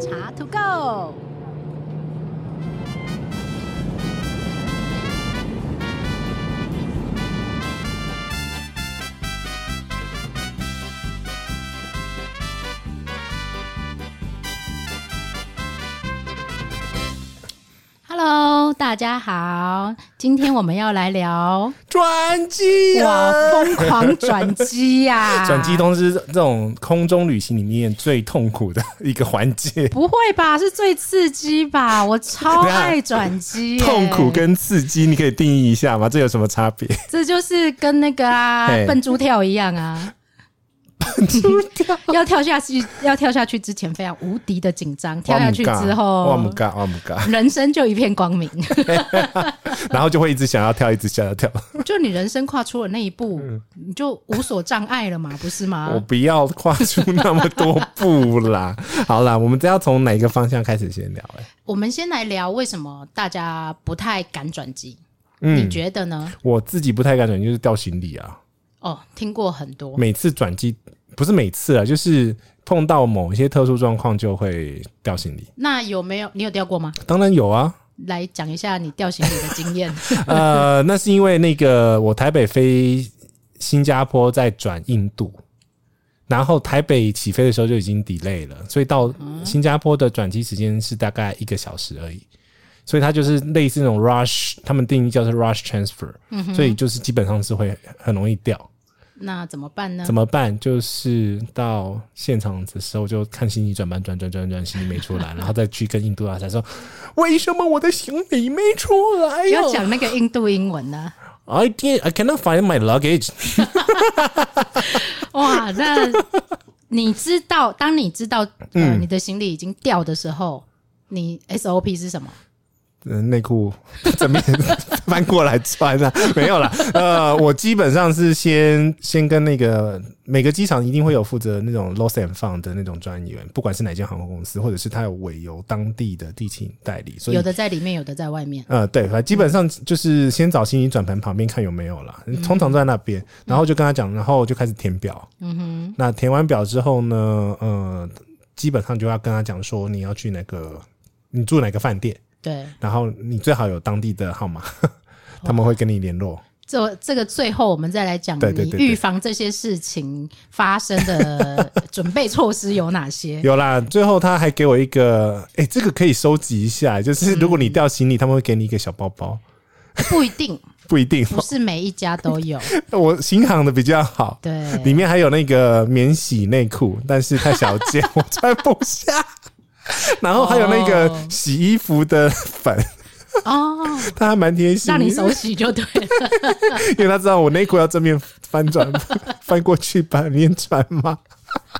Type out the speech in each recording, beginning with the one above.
茶 To Go。Hello，大家好，今天我们要来聊转机 哇，啊！疯啊狂转机呀、转机通是这种空中旅行里面最痛苦的一个 环节，不会吧？是最刺激 吧？我超爱转机耶、痛苦跟刺激，你可以定义一下吗？这有什么差别？这就是跟那个啊嘿笨猪跳一样啊，要跳下去， 要跳下去之前非常无敌的紧张， 跳下去之哇姆后，嘎哇姆嘎，人生就一片光明。 然后就会一直想要跳，一直想要 跳。就你人生跨出了那一步，你就无所障碍了嘛，不是嗯我吗？不要跨出那么多步啦。 好啦，我们这要从哪一个方向开始先聊、欸？我们先来聊为什么大家不太敢转机，你嗯，觉得呢？我自己不太敢转，就是掉行李啊。哦，听过很多，每次转机不是每次啊，就是碰到某一些特殊状况就会掉行李。那有没有你有掉过吗？当然有啊，来讲一下你掉行李的经 验。 呃，那是因为那个我台北飞新加坡再转印度，然后台北起飞的时候就已经 delay 了，所以到新加坡的转机时间是大概一个小时而已。所以它就是类似那种 rush，他们定义叫做 rush transfer，、所嗯以就是基本上是会很容易掉。那怎么办呢？怎么办？就是到现场的时候就看行李转班转转转转，行李没出来，然后再去跟印度阿才说，为什么我的行李没出来、不呀？要讲那个印度英文啊呢、 I did. I cannot find my luggage. 哇，那你知道，当你知道呃、嗯你的行李已经掉的时候，你 SOP 是什么？呃 内裤 正面翻过来穿啊， 没有啦。呃，我基本上是先先跟那个每个机场一定会有负责那种 lost and found 的那种专员，不管是哪间航空公司，或者是他有委由当地的地勤代理，所以有的在里面，有的在外面。呃，对，反正基本上就是先找行李转盘旁边看有没有啦，通常都在那边，然后就跟他讲，然后就开始填表。嗯哼，那填完表之后呢，呃，基本上就要跟他讲说你要去哪个，你住哪个饭店，对，然后你最好有当地的号码， 他们会跟你联络。这这个最后我们再来讲对对你对对预防这些事情发生的 准备措施有哪些。有啦，最后他还给我一个，哎、这个可以收集一下，就是如果你掉行李，他们会给你一个小包包，不一定，不一定不是每一家都 有。哦，我新航的比较好。里对，面还有那个免洗内裤，但是太小件， 我穿不下。然后还有那哦个洗衣服的粉，哦，他还蛮贴心，让你手洗就对了。 因为他知道我内裤要正面翻转， 翻过去把里面穿嘛，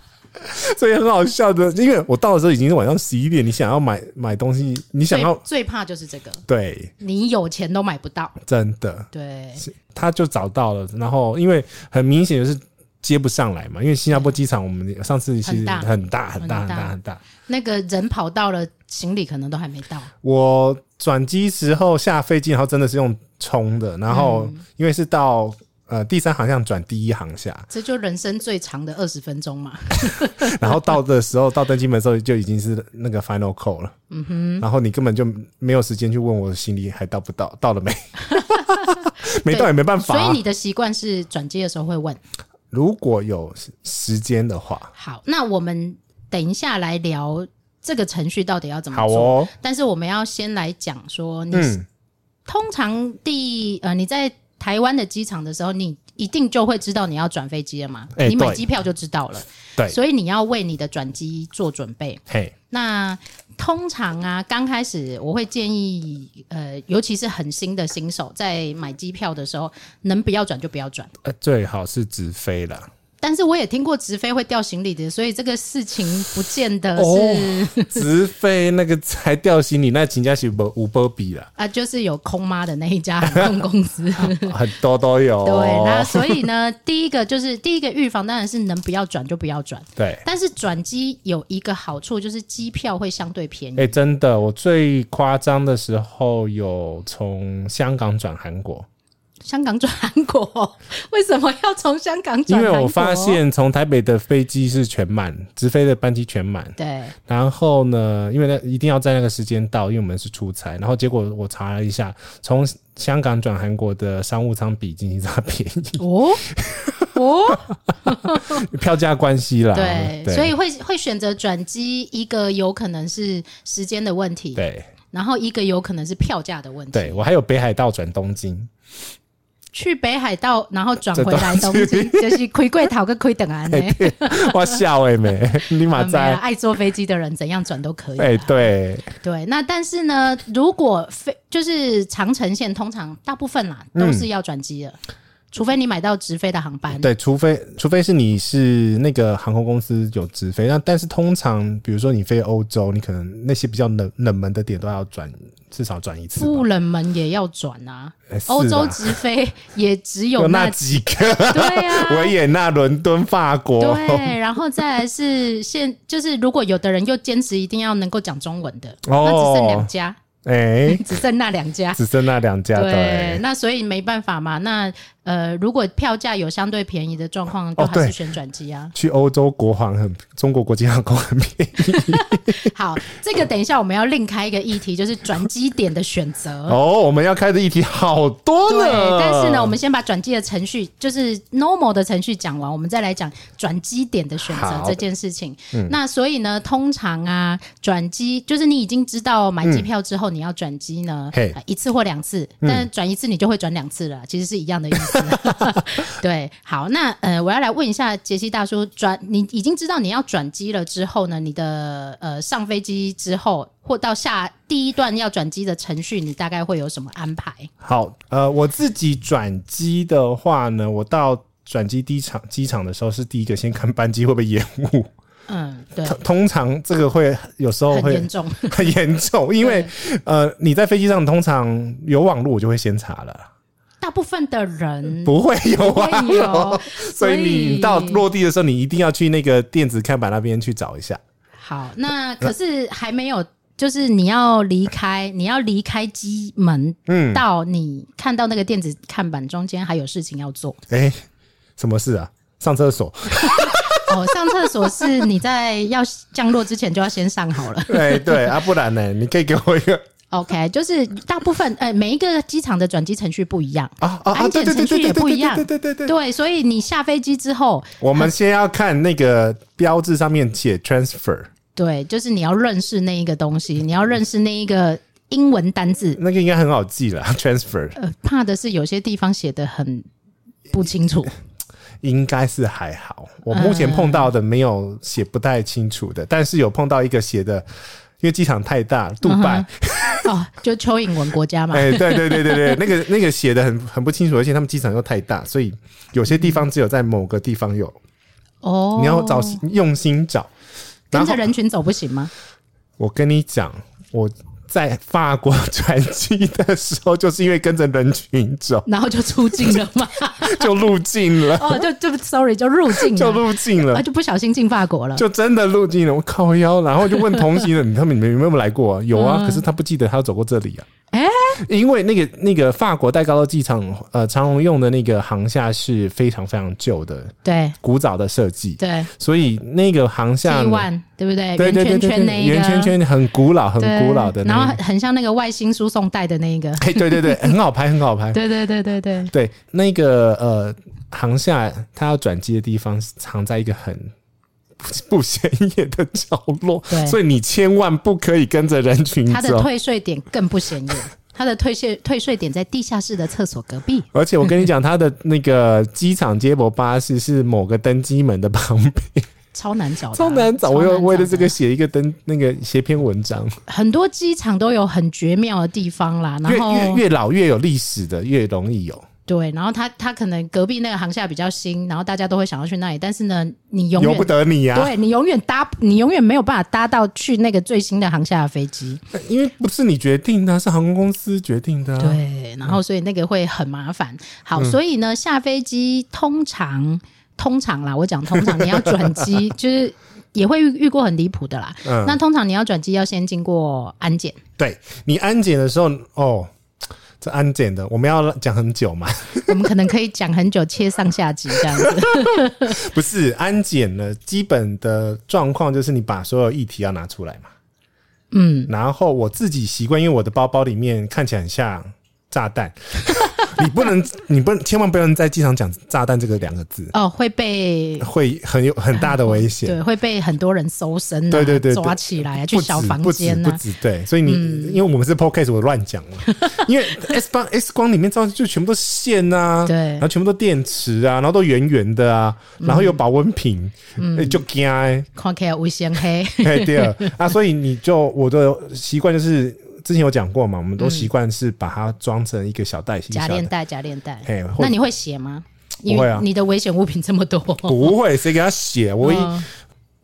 所以很好笑的。因为我到的时候已经是晚上十一点，你想要买买东西，你 想要最最怕就是这个，对，你有钱都买不到。真的，对，他就找到了，然后因为很明显就是接不上来嘛，因为新加坡机场我们上次其很实大很大很大很很大大很大，那个人跑到了，行李可能都还没到。我转机时候下飞机，然后真的是用冲的，然后嗯因为是到呃第三航向转第一航下， 这就人生最长的二十分钟嘛。然后到的时候到登机门的时候就已经是那个 final call 了，嗯哼，然后你根本就没有时间去问我行李还到不到，到了没？ 没到也没办法所啊、以你的习惯是转机的时候会问。如果有时间的话，好，那我们等一下来聊这个程序到底要怎么好做。哦，但是我们要先来讲说，你、嗯，通常第呃你在台湾的机场的时候，你一定就会知道你要转飞机了嘛？哎你买对哎机票就知道了。对所以你要为你的转机做准备。嘿，那通常啊，刚开始我会建议，呃，尤其是很新的新手，在买机票的时候，能不要转就不要转。呃最好是直飞啦。但是我也听过直飞会掉行李的，所以这个事情不见得是啊、哦， 直飞那个才掉行李，那请假是无无波 比啦，啊就是有空妈的那一家航空公司。很多都有 哦。对，那所以呢，第一个就是第一个预防当然是能不要转就不要转，对，但是转机有一个好处就是机票会相对便宜。哎、真的，我最夸张的时候有从香港转韩国，香港转韩国， 为什么要从香港转韩因为国？我发现从台北的飞机是全满，直飞的班机全满。对，然后呢，因为那一定要在那个时间到，因为我们是出差。然后结果我查了一下，从香港转韩国的商务舱比经济舱便宜， 哦哦，票价关系啦。对，所以以会会选择转机，一个有可能是时间的问题，对然后一个有可能是票价的问题。对，我还有北海道转东京， 去北海道，然后转回来这东东西京， 就是亏贵逃跟亏等啊 安呢。哇笑哎没， 立马啊没有在爱坐飞机的人怎样转都可以啦。啊哎对对，那但是呢，如果飞就是长城线，通常大部分啦都是要转机的，除非你买到直飞的航班。嗯对，除非除非是你是那个航空公司有直飞，那但是通常比如说你飞欧洲，你可能那些比较冷冷门的点都要转，至少转一次吧。不冷门也要转啊哎，是欧洲啦直飞也只有有那那几个，对啊，维也纳、伦敦、法国， 对，然后再来是现，就是如果有的人又坚持一定要能够讲中文的，那只剩两哦，家，哎，只剩那两家。只剩那两家 对 对，。那所以没办法嘛。那呃，如果票价有相对便宜的状况，都哦还是对选转机啊。去欧洲国航很，中国国际航空很便宜好，这个等一下我们要另开一个议题，就是转机点的选择。哦。我们要开的议题好多嗯对呢，，但是呢，我们先把转机的程序，就是 normal 的程序讲完，我们再来讲转机点的选择好嗯这件事情。那所以呢，通常啊，转机就是你已经知道买机票之后你要转机呢，嘿嗯呃一次或两次，但是转一次你就会转两次了，其实是一样的意 思。对，好，那呃，我要来问一下杰西大叔，转你已经知道你要转机了之后呢，你的呃上飞机之后或到下第一段要转机的程序，你大概会有什么安排？好，呃，我自己转机的话呢，我到转机机场机场的时候是第一个先看班机会不会延误，嗯，对，通通常这个会有时候很哦会严重。 很严重，因为呃你在飞机上通常有网络，我就会先查了，大部分的人嗯不会有会网络有，，所以你到落地的时候，你一定要去那个电子看板那边去找一下。好，那可是还没有，就是你要离开，你要离开机门，嗯，到你看到那个电子看板中间还有事情要做。 哎、什么事啊？上厕所，哦，上厕所是你在要降落之前就要先上好了。 哎、对啊，不然呢？你可以给我一个 OK，就是大部分呃每一个机场的转机程序不一样，啊啊啊！安检对对对程序对也对不一对样对对对对，对，所以你下飞机之后，我们先要看那个标志上面写 transfer，对，就是你要认识那一个东西，你要认识那一个英文单字，那个应该很好记了。transfer 呃，怕的是有些地方写的很不清 楚。应该是还好，我目前碰到的没有写不太清楚的，但是有碰到一个写的，因为机场太大，杜拜，哦，就蚯蚓文国家嘛。哎、对对对对对，那个那个写的很很不清楚，而且他们机场又太大，所以有些地方只有在某个地方有，哦，你要找用心找。跟然后着人群走不行吗？我跟你讲，我在法国 转机的时候，就是因为跟着人群走，然后就出境了 嘛。就入境了。哦，就就 sorry，就入境 就了，入境啊，了，就不小心进法国了。就真的入境了。我靠腰，然后就问同行人，他 们你们有没有来过、啊？有啊，嗯可是他不记得他走过这里啊。哎因为那个那个法国戴高乐机场，呃，长荣用的那个航厦是非常非常旧的、对古早的设计，对所以那个航，T 厦呢， one 对不对？对对对圆圈对圈那对，一个，圆圈圈很古老、很对古老的然那后个，很像那个外星输送带的那一个。哎， 对对对，很好拍，很好拍。对对对对对，对，那个呃，航厦它要转机的地方是藏在一个很不不显眼的角落 对，所以你千万不可以跟着人群他的走。退税点更不显眼，他的退税退税点在地下室的厕所隔壁。而且我跟你讲，它的那个机场接驳巴士是某个登机门的旁边，超难找的啊，超难找。我有超难为了找这的个写一个登那个写篇文章，很多机场都有很绝妙的地方啦，越然后越越老越有历史的越容易有，对，然后他他可能隔壁那个航厦比较新，然后大家都会想要去那里，但是呢，你永由远不得你啊，对你永远搭你永远没有办法搭到去那个最新的航厦的飞机，因为不是你决定的啊，是航空公司决定的啊。嗯对，然后所以那个会很麻烦。好，所以呢，下飞机通常通常啦，我讲通常你要转 机，就是也会遇遇过很离谱的啦。嗯那通常你要转机要先经过安检，对你安检的时候，哦，这安检的，我们要讲很久嘛？我们可能可以讲很久，切上下集这样子。 不是安检呢，基本的状况就是你把所有议题要拿出来嘛。嗯，然后我自己习惯，因为我的包包里面看起来很像炸弹， 你不能，你不能，千万不能在机场讲“炸弹”这个两个字，哦，会被会很有很大的危险。对会被很多人搜身、啊，对对对对抓起来啊，去不小止房不止间不啊。嗯止对，所以你、因为我们是 podcast，我乱讲 了，因为 S 光 S 光里面照就全部都是线啊，对嗯然后全部都电池啊，然后都圆圆的啊，然后有保温瓶，嗯，就惊哎、看起来无限 黑，欸，第二啊，所以你就我的习惯就是之前有讲过嘛，我们都习惯是把它装成一个小袋型，假小链袋，带，假链带 嘿。或那你会写吗？因不会为啊你的危险物品这么多，不会谁给他写？我一、 嗯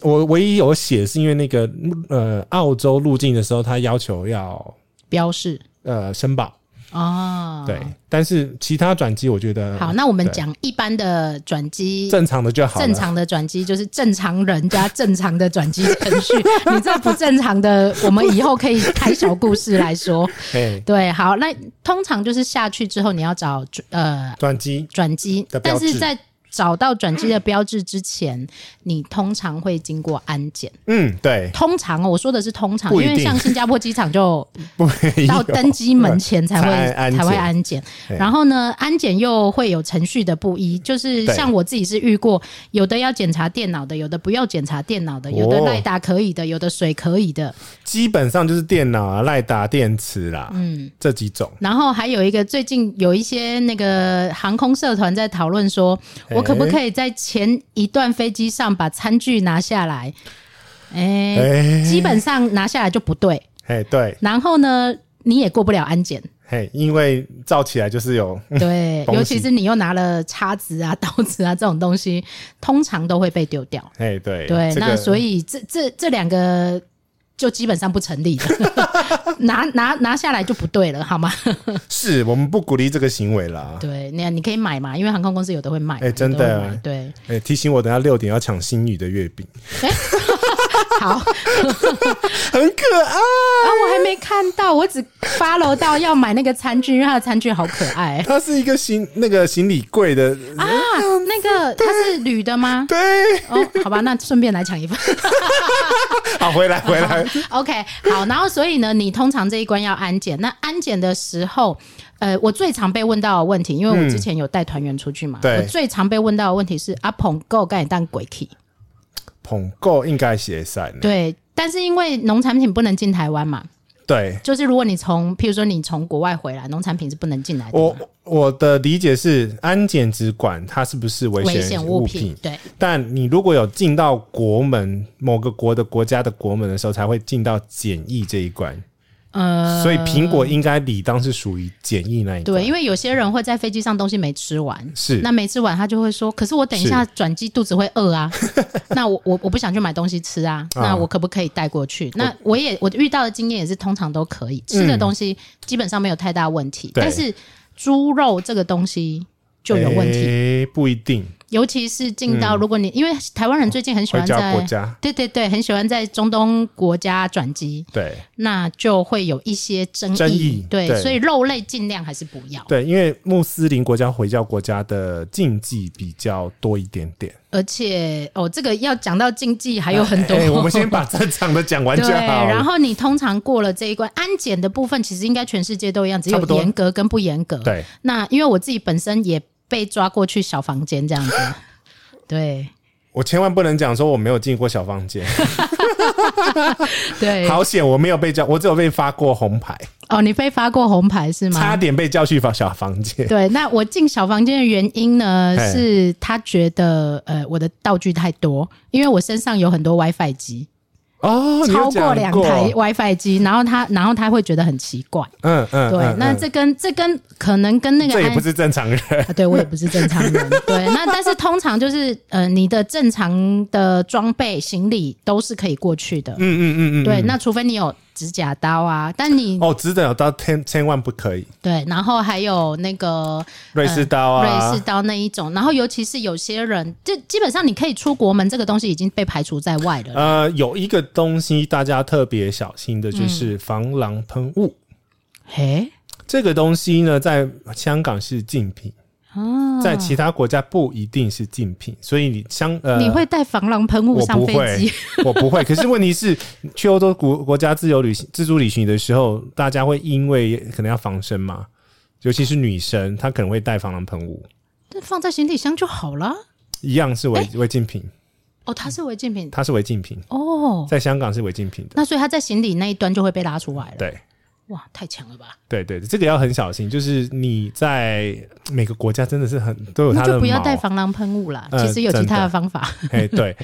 我唯一有写是因为那个呃澳洲入境的时候，他要求要标示呃申报。哦。对，，但是其他转机我觉得好，那我们对讲一般的转机。正常的就好了。正常的转机就是正常人加正常的转机程 序，你这不正常的，我们以后可以开小故事来说。哎，对，好，那通常就是下去之后，你要找呃转机转机的，但标志是在找到转机的标志之前，你通常会经过安检。嗯对，通常哦，我说的是通常，不因一定为像新加坡机场就不 到登机门前才会才 安检才会安检，对然后呢，安检又会有程序的不一，就是对像我自己是遇过，有的要检查电脑的，有的不要检查电脑的，有的哦赖打可以的，有的水可以的，基本上就是电脑啊、赖打电池啦，嗯，这几种。然后还有一个，最近有一些那个航空社团在讨论说，哎我可不可以在前一段飞机上把餐具拿下来？哎、哎基本上拿下来就不对。哎对，然后呢，你也过不了安检，嘿，因为照起来就是有 对，东西尤其是你又拿了叉子啊、刀子啊这种东西，通常都会被丢掉。哎对对，这个那所以这这这两个就基本上不成立的， 拿拿拿下来就不对了，好吗？是我们不鼓励这个行为啦。对，那你可以买嘛，因为航空公司有的会卖嘛，哎真的有会买对，哎，提醒我等下六点要抢新宇的月饼，好啊，很可爱。我还没看到，我只 follow 到要买那个餐具，因为它的餐具好可 爱它是一个行那个行李柜的，啊，那个它是铝的吗？对，哦，好吧，那顺便来抢一份。 好回来回来， OK，好，然后所以呢，你通常这一关要安检。那安检的时候，呃，我最常被问到的问题，因为我之前有带团员出去嘛，对我最常被问到的问题是阿捧够干你当鬼 key，捧够应该写散了。对，但是因为农产品不能进台湾嘛，对，就是如果你从，譬如说你从国外回来，农产品是不能进来的嘛。我我的理解是，安检只管它是不是危危险险物物品，品，对，但你如果有进到国门某个国的国家的国门的时候，才会进到检疫这一关。呃，所以苹果应该理当是属于检疫那一关。对，因为有些人会在飞机上东西没吃完，是那没吃完他就会说，可是我等一下转机肚子会饿 啊，那我我我不想去买东西吃啊，啊那我可不可以带过去？那我也我遇到的经验也是通常都可以，吃的东西基本上没有太大问题，嗯对但是猪肉这个东西就有问题，诶不一定尤其是进到如果你、因为台湾人最近很喜会欢加在国家。对对对，很喜欢在中东国家转机，对那就会有一些争议。争议对，对所以肉类尽量还是不要。对，因为穆斯林国家、回教国家的禁忌比较多一点点。而且哦，这个要讲到禁忌还有很多。哎诶我 们先把正常的讲完就对，好了。然后你通常过了这一关，安检的部分其实应该全世界都一样，只有差不多严格跟不严格。，对，那因为我自己本身也被抓过去小房间这样 子，对我千万不能讲说我没有进过小房间，对。好险我没有被叫，我只有被发过红牌，哦，你被发过红牌是差吗？点被叫去小房间。对，那我进小房间的原因呢，嘿是他觉得呃我的道具太多，因为我身上有很多 WiFi 机，哦，你有超讲过两台 WiFi 机，然后他然后他会觉得很奇怪。嗯嗯，对，嗯那嗯这跟这跟可能跟那个这也安不是 正常人，啊，对我也不是正常 人。对，那但是通常就是呃，你的正常的装备、行李都是可以过去的。嗯嗯嗯嗯，对，那除非你有指甲刀啊，但你、哦，只等有刀千千万不可以，对，然后还有那个瑞士刀嗯啊，瑞士刀那一种，然后尤其是有些人，就基本上你可以出国门这个东西已经被排除在外了。呃，有一个嗯东西大家特别小心的就是防狼喷雾。嘿，这个东西呢，在香港是禁品，哦，在其他国家不一定是禁品，所以你香呃，你会带防狼喷雾我上不飞会机？， 我不会。可是问题是，去欧洲国国家自由旅行、自助旅行的时候，大家会因为可能要防身嘛，尤其是女生，她可能会带防狼喷雾，那放在行李箱就好了。一样是违违禁品，哦，它是违禁品它是违禁品，哦，在香港是违禁品的。那所以它在行李那一端就会被拉出来了。对哇，太强了吧！对对，这个要很小心，就是你在每个国家真的是很都有那它就的不要带毛。防狼喷雾啦，呃其实有其他真的的方法，哎， 对，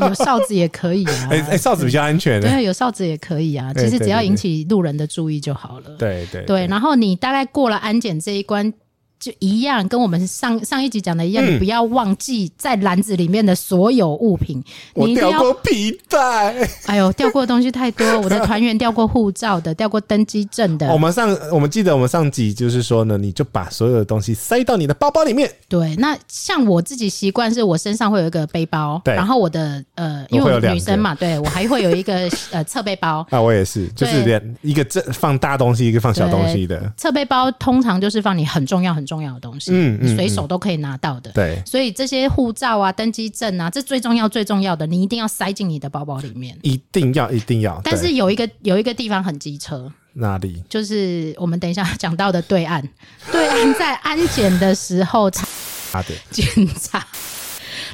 有哨子也可以啊。 哎哎，哨子比较安全的。对，啊有哨子也可以啊。对其实只要对对引起路人的注意就好了。对对对，然后你大概过了安检这一关，就一样跟我们上上一集讲的一样，嗯你不要忘记在篮子里面的所有物品，我你一定掉要。过皮带。哎呦，掉过的东西太多，我的团员掉过护照 的，掉过登机证的哦我，们上我们记得我们上集就是说呢，你就把所有的东西塞到你的包包里面，对，那像我自己习惯是我身上会有一个背包，对然后我的呃，因我会为有我两女个生嘛，对我还会有一个呃侧背包。啊，我也是，就是连一个这放大东西，一个放小东西的，侧背包通常就是放你很重要很重要的东西，嗯嗯你随嗯手都可以拿到的。对，所以这些护照啊、登机证啊，这最重要最重要的，你一定要塞进你的包包里面。一定要一定要。但是对有一个有一个地方很机车，哪里？就是我们等一下讲到的对岸，对岸在安检的时候查啊，对，检查，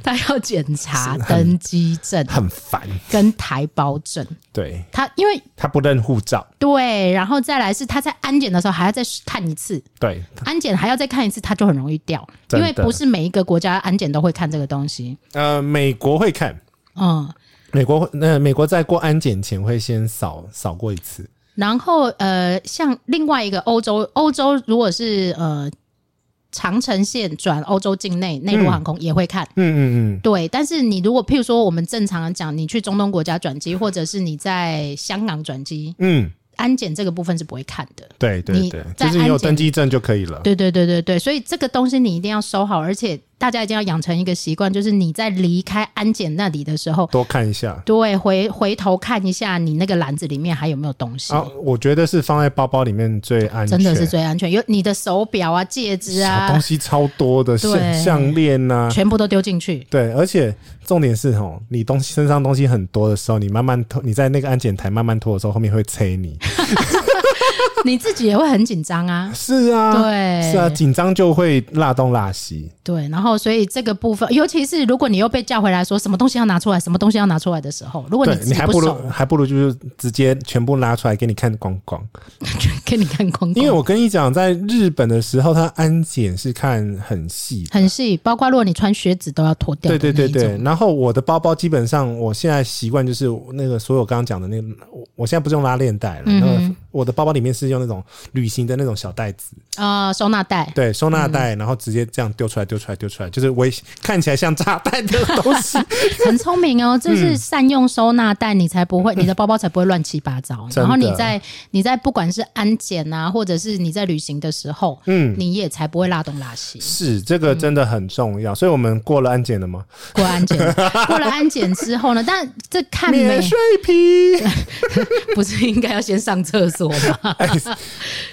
他要检查登机证很烦，跟台胞证，对他因为他不认护照，对，然后再来是他在安检的时候还要再看一次，对安检还要再看一次，他就很容易掉，因真的为不是每一个国家安检都会看这个东西，呃，美国会看，嗯。美国会那、美国在过安检前会先扫扫过一次，然后呃，像另外一个欧洲，欧洲如果是呃长城线转欧洲境内内陆航空也会看。嗯嗯嗯，对，但是你如果譬如说，我们正常讲，你去中东国家转机，或者是你在香港转机，嗯，安检这个部分是不会看的。对对你对，在就是你有安检登机证就可以了，对对对对对，所以这个东西你一定要收好，而且大家一定要养成一个习惯，就是你在离开安检那里的时候，多看一下。对，回回头看一下你那个篮子里面还有没有东西。啊，我觉得是放在包包里面最安全，真的是最安全，有你的手表啊、戒指小啊东，西啊超多的，对项项链呐，全部都丢进 去。对，而且重点是吼，你东西身上东西很多的时候，你慢慢拖，你在那个安检台慢慢拖的时候，后面会催你。你自己也会很紧张啊。是啊，对是啊，紧张就会辣东辣西。对，然后所以这个部分，尤其是如果你又被叫回来说什么东西要拿出来，什么东西要拿出来的时候，如果你对自你己还不不熟如，还不如就是直接全部拉出来给你看光光。 给你看光因光，为我跟你讲，在日本的时候，它安检是看很细的。很细，包括如果你穿靴子都要脱掉。对对对对，，然后我的包包基本上，我现在习惯就是那个所有刚刚讲的那个，我我现在不是用拉链带了，嗯那哼个我的包包里面是用那种旅行的那种小袋子，呃，收纳袋。对，收纳袋，嗯然后直接这样丢出来，丢出来，丢出来，就是危看起来像炸弹的东 西，很聪明嗯哦，就是善用收纳袋，你才不会，你的包包才不会乱七八糟。真的然后你在你在不管是安检啊，或者是你在旅行的时候，嗯，你也才不会拉东拉西。是这个真的很重要。所以我们过了安检了吗？过安 检，过了安检之后呢，但这看免每税批， 不是应该要先上厕所吗？ 哎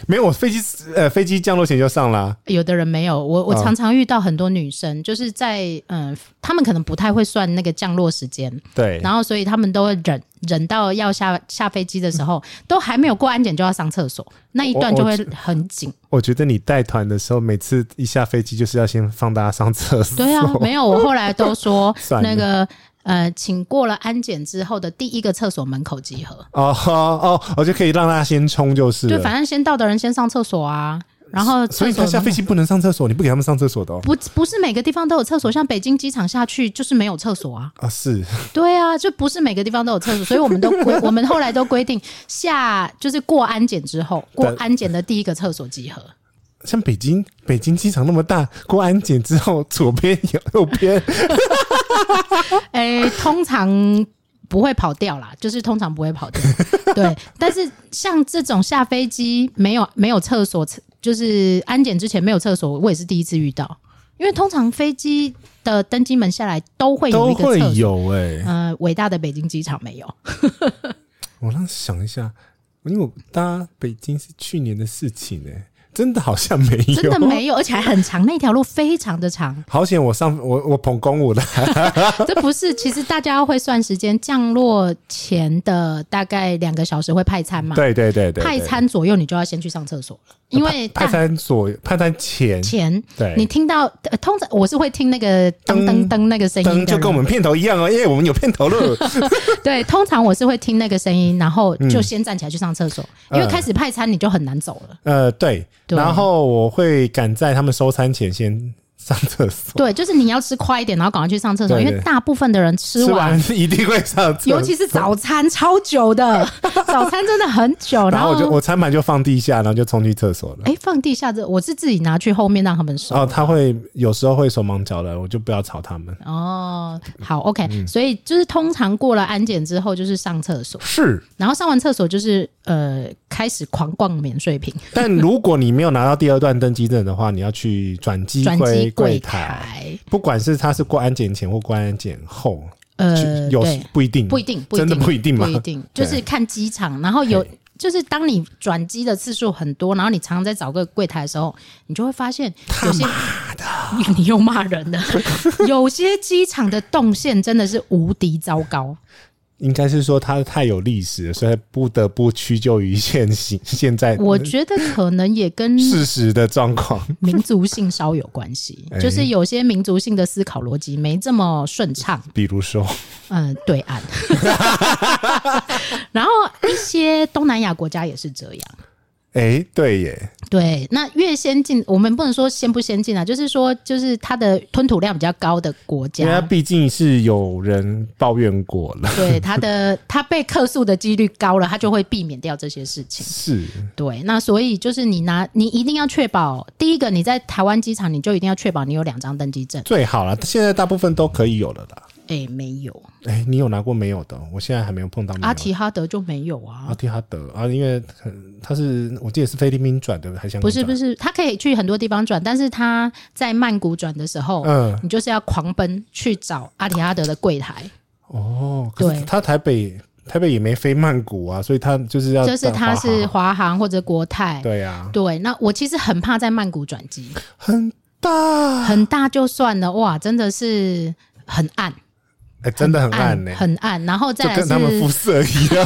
没有，我飞机呃飞机降落前就上啦。有的人没有，我我啊常常遇到很多女生，就是在嗯、呃她们可能不太会算那个降落时间，对，然后所以她们都会忍忍到要下下飞机的时候，嗯都还没有过安检就要上厕所，那一段就会很紧。我觉得你带团的时候，每次一下飞机就是要先放大家上厕所。 对啊，没有，我后来都说 算了那个呃，请过了安检之后的第一个厕所门口集合，哦哦哦，我就可以让他先冲就是就了。反正先到的人先上厕所啊，然后所厕以所他下门口飞机不能上厕所，你不给他们上厕所的哦。不不是每个地方都有厕所，像北京机场下去就是没有厕所啊。啊，是对啊，就不是每个地方都有厕所，所以我们都 规，我们后来都规定下就是过安检之后，过对安检的第一个厕所集合。像北京北京机场那么大，过安检之后，左边有右边，哎诶、哎通常。不会跑掉啦，就是通常不会 跑掉。对，但是像这种下飞机没有没有厕所，就是安检之前没有厕所，我也是第一次遇到。因为通常飞机的登机门下来都会有都一个会厕所，有哎、呃，伟大的北京机场没有。我让想一下，因为我搭北京是去年的事情哎、真的好像没有，。真的没有，而且还很长，那条路非常的长好险！我上我我捧公务的，啊这不是，其实大家会算时间，降落前的大概两个小时会派餐嘛？ 对对对对对，派餐左右你就要先去上厕所了，因为派大餐左派餐前，前对你听到、呃通常我是会听那个噔噔噔那个声音的灯人，就跟我们片头一样哦，因为我们有片 头了。对，通常我是会听那个声音，然后就先站起来去上厕所，嗯因为开始派餐你就很难走了。呃，对，对然后我会赶在他们收餐前先上厕所，对，就是你要吃快一点，然后赶快去上厕所，对因对为大部分的人吃吃完，完一定会上厕所，尤其是早餐超久的，早餐真的很久， 然然后我就后我餐盘就放地下，然后就冲去厕所了。哎放地下这，我是自己拿去后面让他们收然。后他会有时候会手忙脚乱，我就不要吵他们。哦，好，OK，、所嗯以就是通常过了安检之后，就是上厕所，是，然后上完厕所就是呃开始狂逛免税品，但如果你没有拿到第二段登机证的话，你要去转机转机柜柜台，台，不管是他是过安检前或过安检后，呃，去有对，不一定，不一定，不一真定，的不一定吗？不一 定，就是看机场，然后有嘿。就是当你转机的次数很多，然后你常常在找个柜台的时候，你就会发现有些 你又骂人 了。有些机场的动线真的是无敌糟糕，应该是说它太有历史了，所以不得不屈就于现行现在我觉得可能也跟 事实的状况。民族性稍有关 系，哎就是有些民族性的思考逻辑没这么顺畅。比如 说，嗯，对岸， 然后一些东南亚国家也是这样。哎、对耶，对，那越先进，我们不能说先不先进啊，就是说，就是它的吞吐量比较高的国因为它家，毕竟是有人抱怨过了，对它的它被克诉的几率高了，它就会避免掉这些事 情。是对，那所以就是你拿，你一定要确保，第一个你在台湾机场，你就一定要确保你有两张登机证。最好了。现在大部分都可以有了啦。哎，没有，哎、你有拿过没有的？我现在还没有碰到没有的。阿提哈德就没有阿啊。提哈德啊，因为呃他是我记得是菲律宾转的，还是香不港是转不是，他可以去很多地方转，但是他在曼谷转的时候，嗯你就是要狂奔去找阿提哈德的柜台。哦，可是对他台北台北也没飞曼谷啊，所以他就是要就是转他华航是华航或者国泰，对啊，对，那我其实很怕在曼谷转机，很大，很大就算了，哇，真的是很暗，哎、真的很暗呢、很暗，然后就再来跟他们肤是，色一样，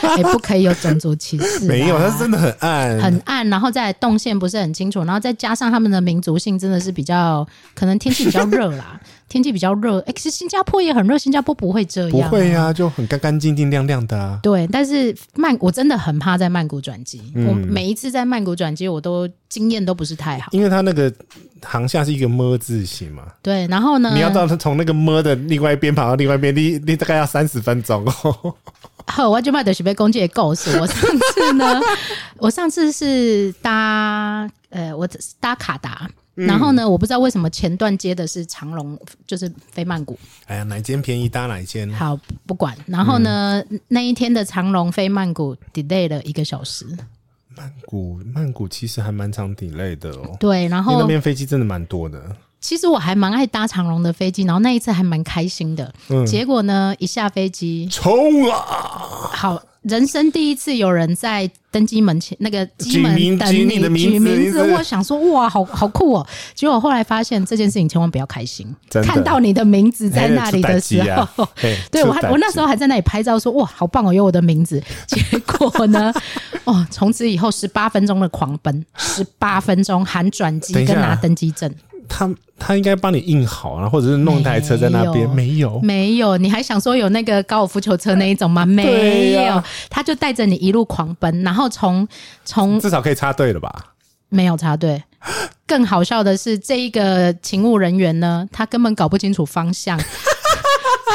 哎、不可以有种族歧视，啊 没有，它是。真的很暗，很暗，然后再来动线不是很清楚，然后再加上他们的民族性真的是比较，可能天气比较热 啦，天气比较热。哎、其实新加坡也很热，新加坡不会这样、啊不会、呀、就很干干净净、亮亮的啊。对，但是曼我真的很怕在曼谷转机，我嗯每一次在曼谷转机，我都经验都不是太好。因为它那个航下是一个么字形嘛，对，然后呢？你要到它从那个么的另外一边跑到另外一边，你你大概要三十分钟哦。 好，我就卖的是被公鸡的故事。我上次 呢，我上次是搭呃，我搭卡达，嗯然后呢，我不知道为什么前段接的是长龙，就是飞曼谷。哎呀，哪一间便宜搭哪一间，好，不管。然后呢，嗯那一天的长龙飞曼谷 delay 了一个小时。曼谷曼谷其实还蛮常 delay 的哦，对，然因为那后边飞机真的蛮多的。其实我还蛮爱搭长龙的飞机，然后那一次还蛮开心的。嗯结果呢，一下飞机，冲啊！好，人生第一次有人在登机门前那个机门举名等举你的名字举名字你，是我想说哇，好好酷哦。结果后来发现这件事情千万不要开心，真的看到你的名字在那里的时候， 嘿对我还我那时，出歹机啊嘿出歹机候还在那里拍照说哇，好棒哦，有我的名字。结果呢， 哦，从此以后十八分钟的狂奔，十八分钟含转机等一下跟拿登机证，他他应该帮你印好，啊然后或者是弄一台车在那边，没有，没有，你还想说有那个高尔夫球车那一种吗？没 对有呀，他就带着你一路狂奔，然后从从至少可以插队了吧？没有插队。更好笑的是，这一个勤务人员呢，他根本搞不清楚方 向，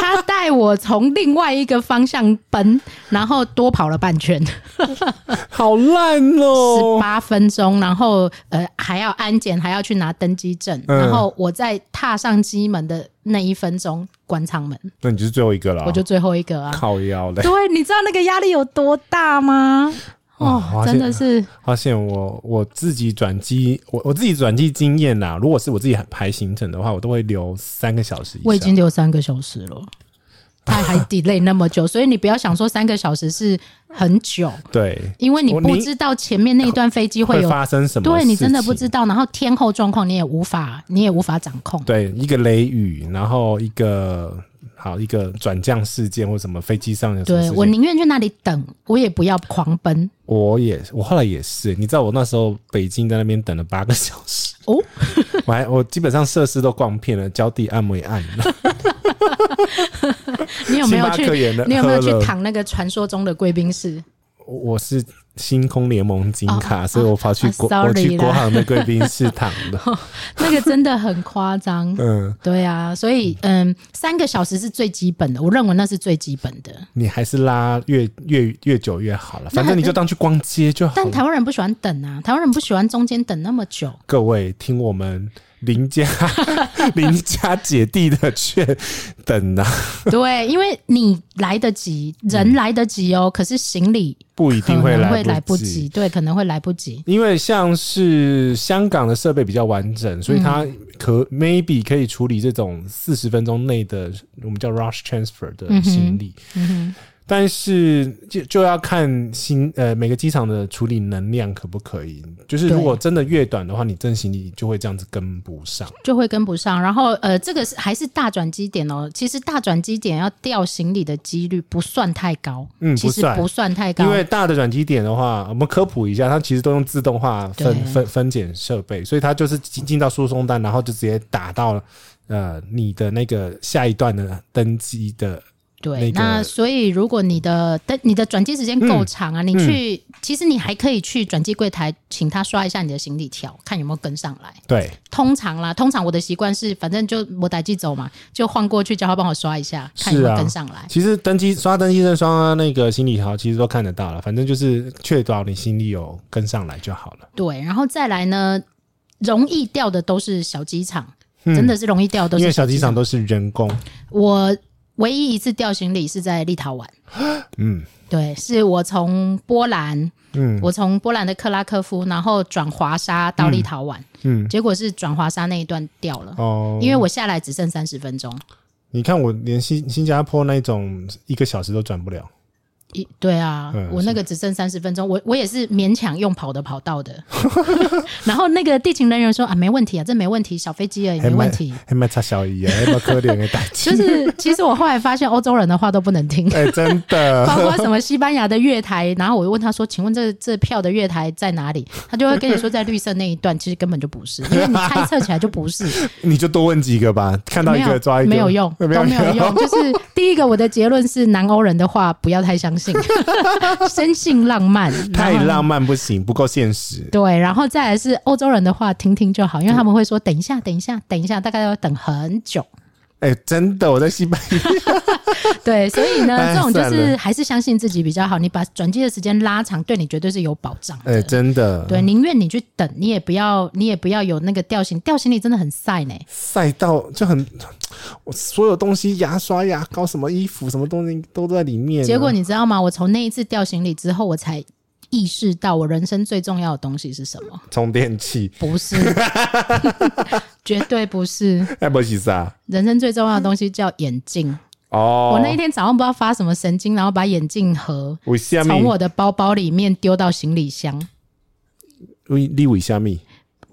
他带我从另外一个方向奔，然后多跑了半圈，好烂哦！十八分钟，然后呃还要安检，还要去拿登机证，嗯然后我在踏上机门的那一分钟关舱门，那你就是最后一个了，我就最后一个啊。靠腰嘞。对，你知道那个压力有多大吗？哇哦，好真像的是发现我我自己转机，我我自己转机经验啊啦，如果是我自己排行程的话，我都会留三个小时以上。 我已经留三个小时了，它还 delay 那么久，所以你不要想说三个小时是很久， 对，因为你我不你知道前面那一段飞机会有，发生什么？对你真的不知。道，然后天候状况你也无法，你也无法掌控。对，一个雷雨，然后一个好一个转降事件或什么飞机上有什么对事我情，宁愿去那里等，我也不要狂奔我也我后来也是，你知道我那时候北京在那边等了八个小时，哦。我还我基本上设施都逛遍了，脚底按摩也按了，你 有没有星巴克也去能？你有没有喝去了躺那个传说中的贵宾室？我我是星空联盟金卡，所以我跑去啊国、 sorry 我啦去哦国航的贵宾室躺 的，那个真的很夸张。嗯，对啊，所以嗯，三个小时是最基本的，我认为那是最基本的。你还是拉越越越久越好了，反正你就当去逛街就好但了。台湾人不喜欢等啊，台湾人不喜欢中间等那么久。各位听我们 邻家邻家姐弟的劝，等啊，对，因为你来得及，人来得及哦，可是行李不嗯一可定能来会来不不及，。对，可能会来不及。因为像是香港的设备比较完整，所以它嗯可、maybe 可以处理这种四十分钟内的我们叫 rush transfer 的嗯哼行李。嗯但是就就要看新呃每个机场的处理能量可不可以，就是如果真的越短的话，你真行李就会这样子跟不上哼，。就会跟不上。然后呃，这个是还是大转机点哦。其实大转机点要掉行李的几率不算太高，嗯，其不实算，不算太高因。为大的转机点的话，我们科普一下，它其实都用自动化分对分分拣设备，所以它就是进进到输送带，然后就直接打到呃你的那个下一段的登机的。那对，个嗯那所以如果你的但你的转机时间够长啊，你去、其实你还可以去转机柜台，请他刷一下你的行李条，看有没有跟上来。对，通常啦，通常我的习惯是，反正就我逮机走嘛，就晃过去叫他帮我刷一下，看有没是有啊跟上来。其实登机刷登机证、刷那个行李条，其实都看得到了。反正就是确保你行李有跟上来就好了。对，然后再来呢，容易掉的都是小机场，真的是容易掉的都嗯因是为小机场。都是人工，我唯一一次掉行李是在立陶宛，嗯对，是我从波兰，嗯我从波兰的克拉科夫，然后转华沙到立陶宛，嗯，结果是转华沙那一段掉了。哦，因为我下来只剩三十分钟，你看我连新新加坡那种一个小时都转不了，一对啊，嗯我那个只剩三十分钟，我我也是勉强用跑的跑到 的。 然后那个地勤人员说啊，没问题啊，这没问题，小飞机而已，没问题。还卖差小姨啊， 还卖可怜的打击，，就是其实我后来发现欧洲人的话都不能听哎、真的， 包括什么西班牙的月台，然后我就问他说，请问这这票的月台在哪里？他就会跟你说在绿色那一段，其实根本就不是，因为你猜测起来就不是。 你就多问几个吧，看到没一有个抓一个，没有用，都没有没有用。就是第一个，我的结论是南欧人的话不要太相信， 生性浪漫，太然后。浪漫不行，不够现实。对，然后再来是欧洲人的话，听听就好，因为他们会说等一下，等一下，等一下，大概要等很久。哎、真的，我在西班 牙，对，所以呢，哎这种就算是还是相信自己比较好。你把转机的时间拉长，对你绝对是有保障哎、的。真的，对，宁愿你去等，你也不要，你也不要有那个掉行，掉行李真的很晒呢。赛道就很，我所有东西，牙刷、牙膏、什么衣服、什么东西都在里面啊、结果你知道吗？我从那一次掉行李之后，我才意识到我人生最重要的东西是什 么？充电器，不是， 绝对不是。哎，不是啥人生最重要的东西叫眼镜。哦，我那一天早上不知道发什么神经，然后把眼镜盒为虾米从？我的包包里面丢到行李箱。为你为虾米？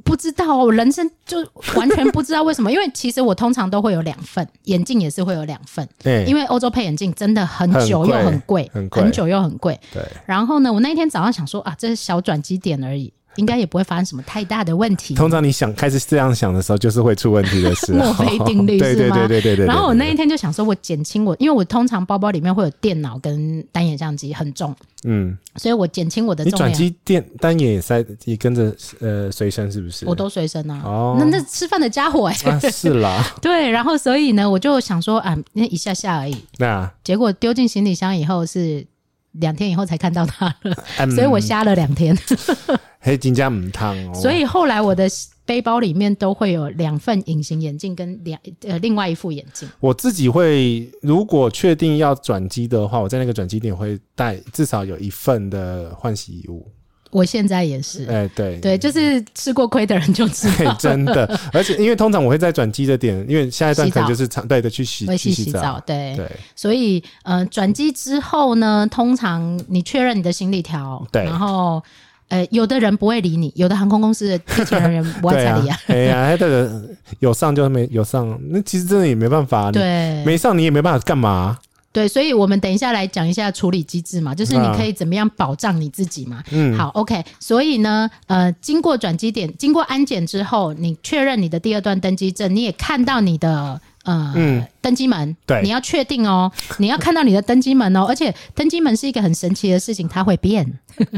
不知道哦，我人生就完全不知道为什么，因为其实我通常都会有两份眼镜，也是会有两份，哎、因为欧洲配眼镜真的很久又很贵很贵，很贵久又很贵。对，然后呢，我那一天早上想说啊，这是小转机点而已，应该也不会发生什么太大的问题。通常你想开始这样想的时候，就是会出问题的时 候。墨菲定律 对是对吗对对对对对。然后我对那一天就想说，我减轻我，因为我通常包包里面会有电脑跟单眼相机，很重，嗯，所以我减轻我的你重转量。机电单眼也塞，也跟着呃随身是不是？我都随身啊。哦那那吃饭的家伙、欸，啊是 啦，对，然后所以呢，我就想说啊，那一下下而已。那结果丢进行李箱以后是两天以后才看到它了，嗯哦所以我瞎了两天。黑金加母汤 哦，所以后来我的背包里面都会有两份隐形眼镜跟两呃另外一副眼镜。我自己会如果确定要转机的话，我在那个转机点会带至少有一份的换洗衣物。我现在也是，哎，对 对，就是吃过亏的人就知嘿道。真的，而且因为通常我会在转机的点，因为下一段洗澡可能就是常对 的去洗会去去洗洗澡，对，对所以呃，转机之后呢，通常你确认你的行李条，对然后呃，有的人不会理你，有的航空公司的地勤人员不爱 对睬啊你啊，，哎 呀，他的有上就没有上，那其实真的也没办法，你对，没上你也没办法干嘛、啊对，所以我们等一下来讲一下处理机制嘛，就是你可以怎么样保障你自己嘛。啊嗯好，OK。所以呢，呃，经过转机点，经过安检之后，你确认你的第二段登机证，你也看到你的。呃，嗯登机门，对你要确定哦，你要看到你的登机门哦，而且登机门是一个很神奇的事情，它会变。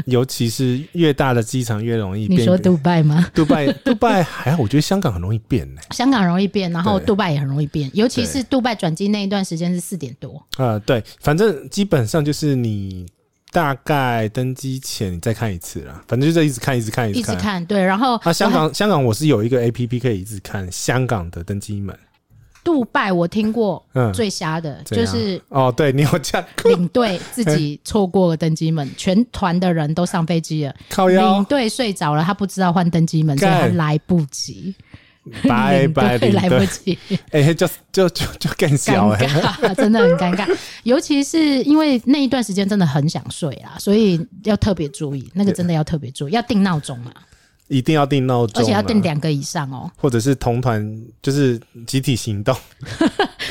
尤其是越大的机场越容易你变。说杜拜吗？ 杜拜，杜拜 还好，我觉得香港很容易变呢、香港容易变，然后对杜拜也很容易变，尤其对是杜拜转机那一段时间是四点多，啊、对，反正基本上就是你大概登机前你再看一次啦，反正就在一直看，一直看，一直直看。看对，然后啊，香我还港香港我是有一个 A P P 可以一直看香港的登机门，杜拜我听过嗯，最瞎的、怎就样是哦，对你有讲过领队自己错过了登机门，全团的人都上飞 机了，靠领腰，队睡着了，他不知道换登机门，所以他干来不及，拜拜领队领来不队，及， 哎、就就就就更小尴哎、尬， 真的很尴尬。尤其是因为那一段时间真的很想睡啦，所以要特别注意，那个真的要特别注意，要定闹钟嘛，一定要定闹钟啊，而且要定两个以上 哦，或者是同团就是集体行动，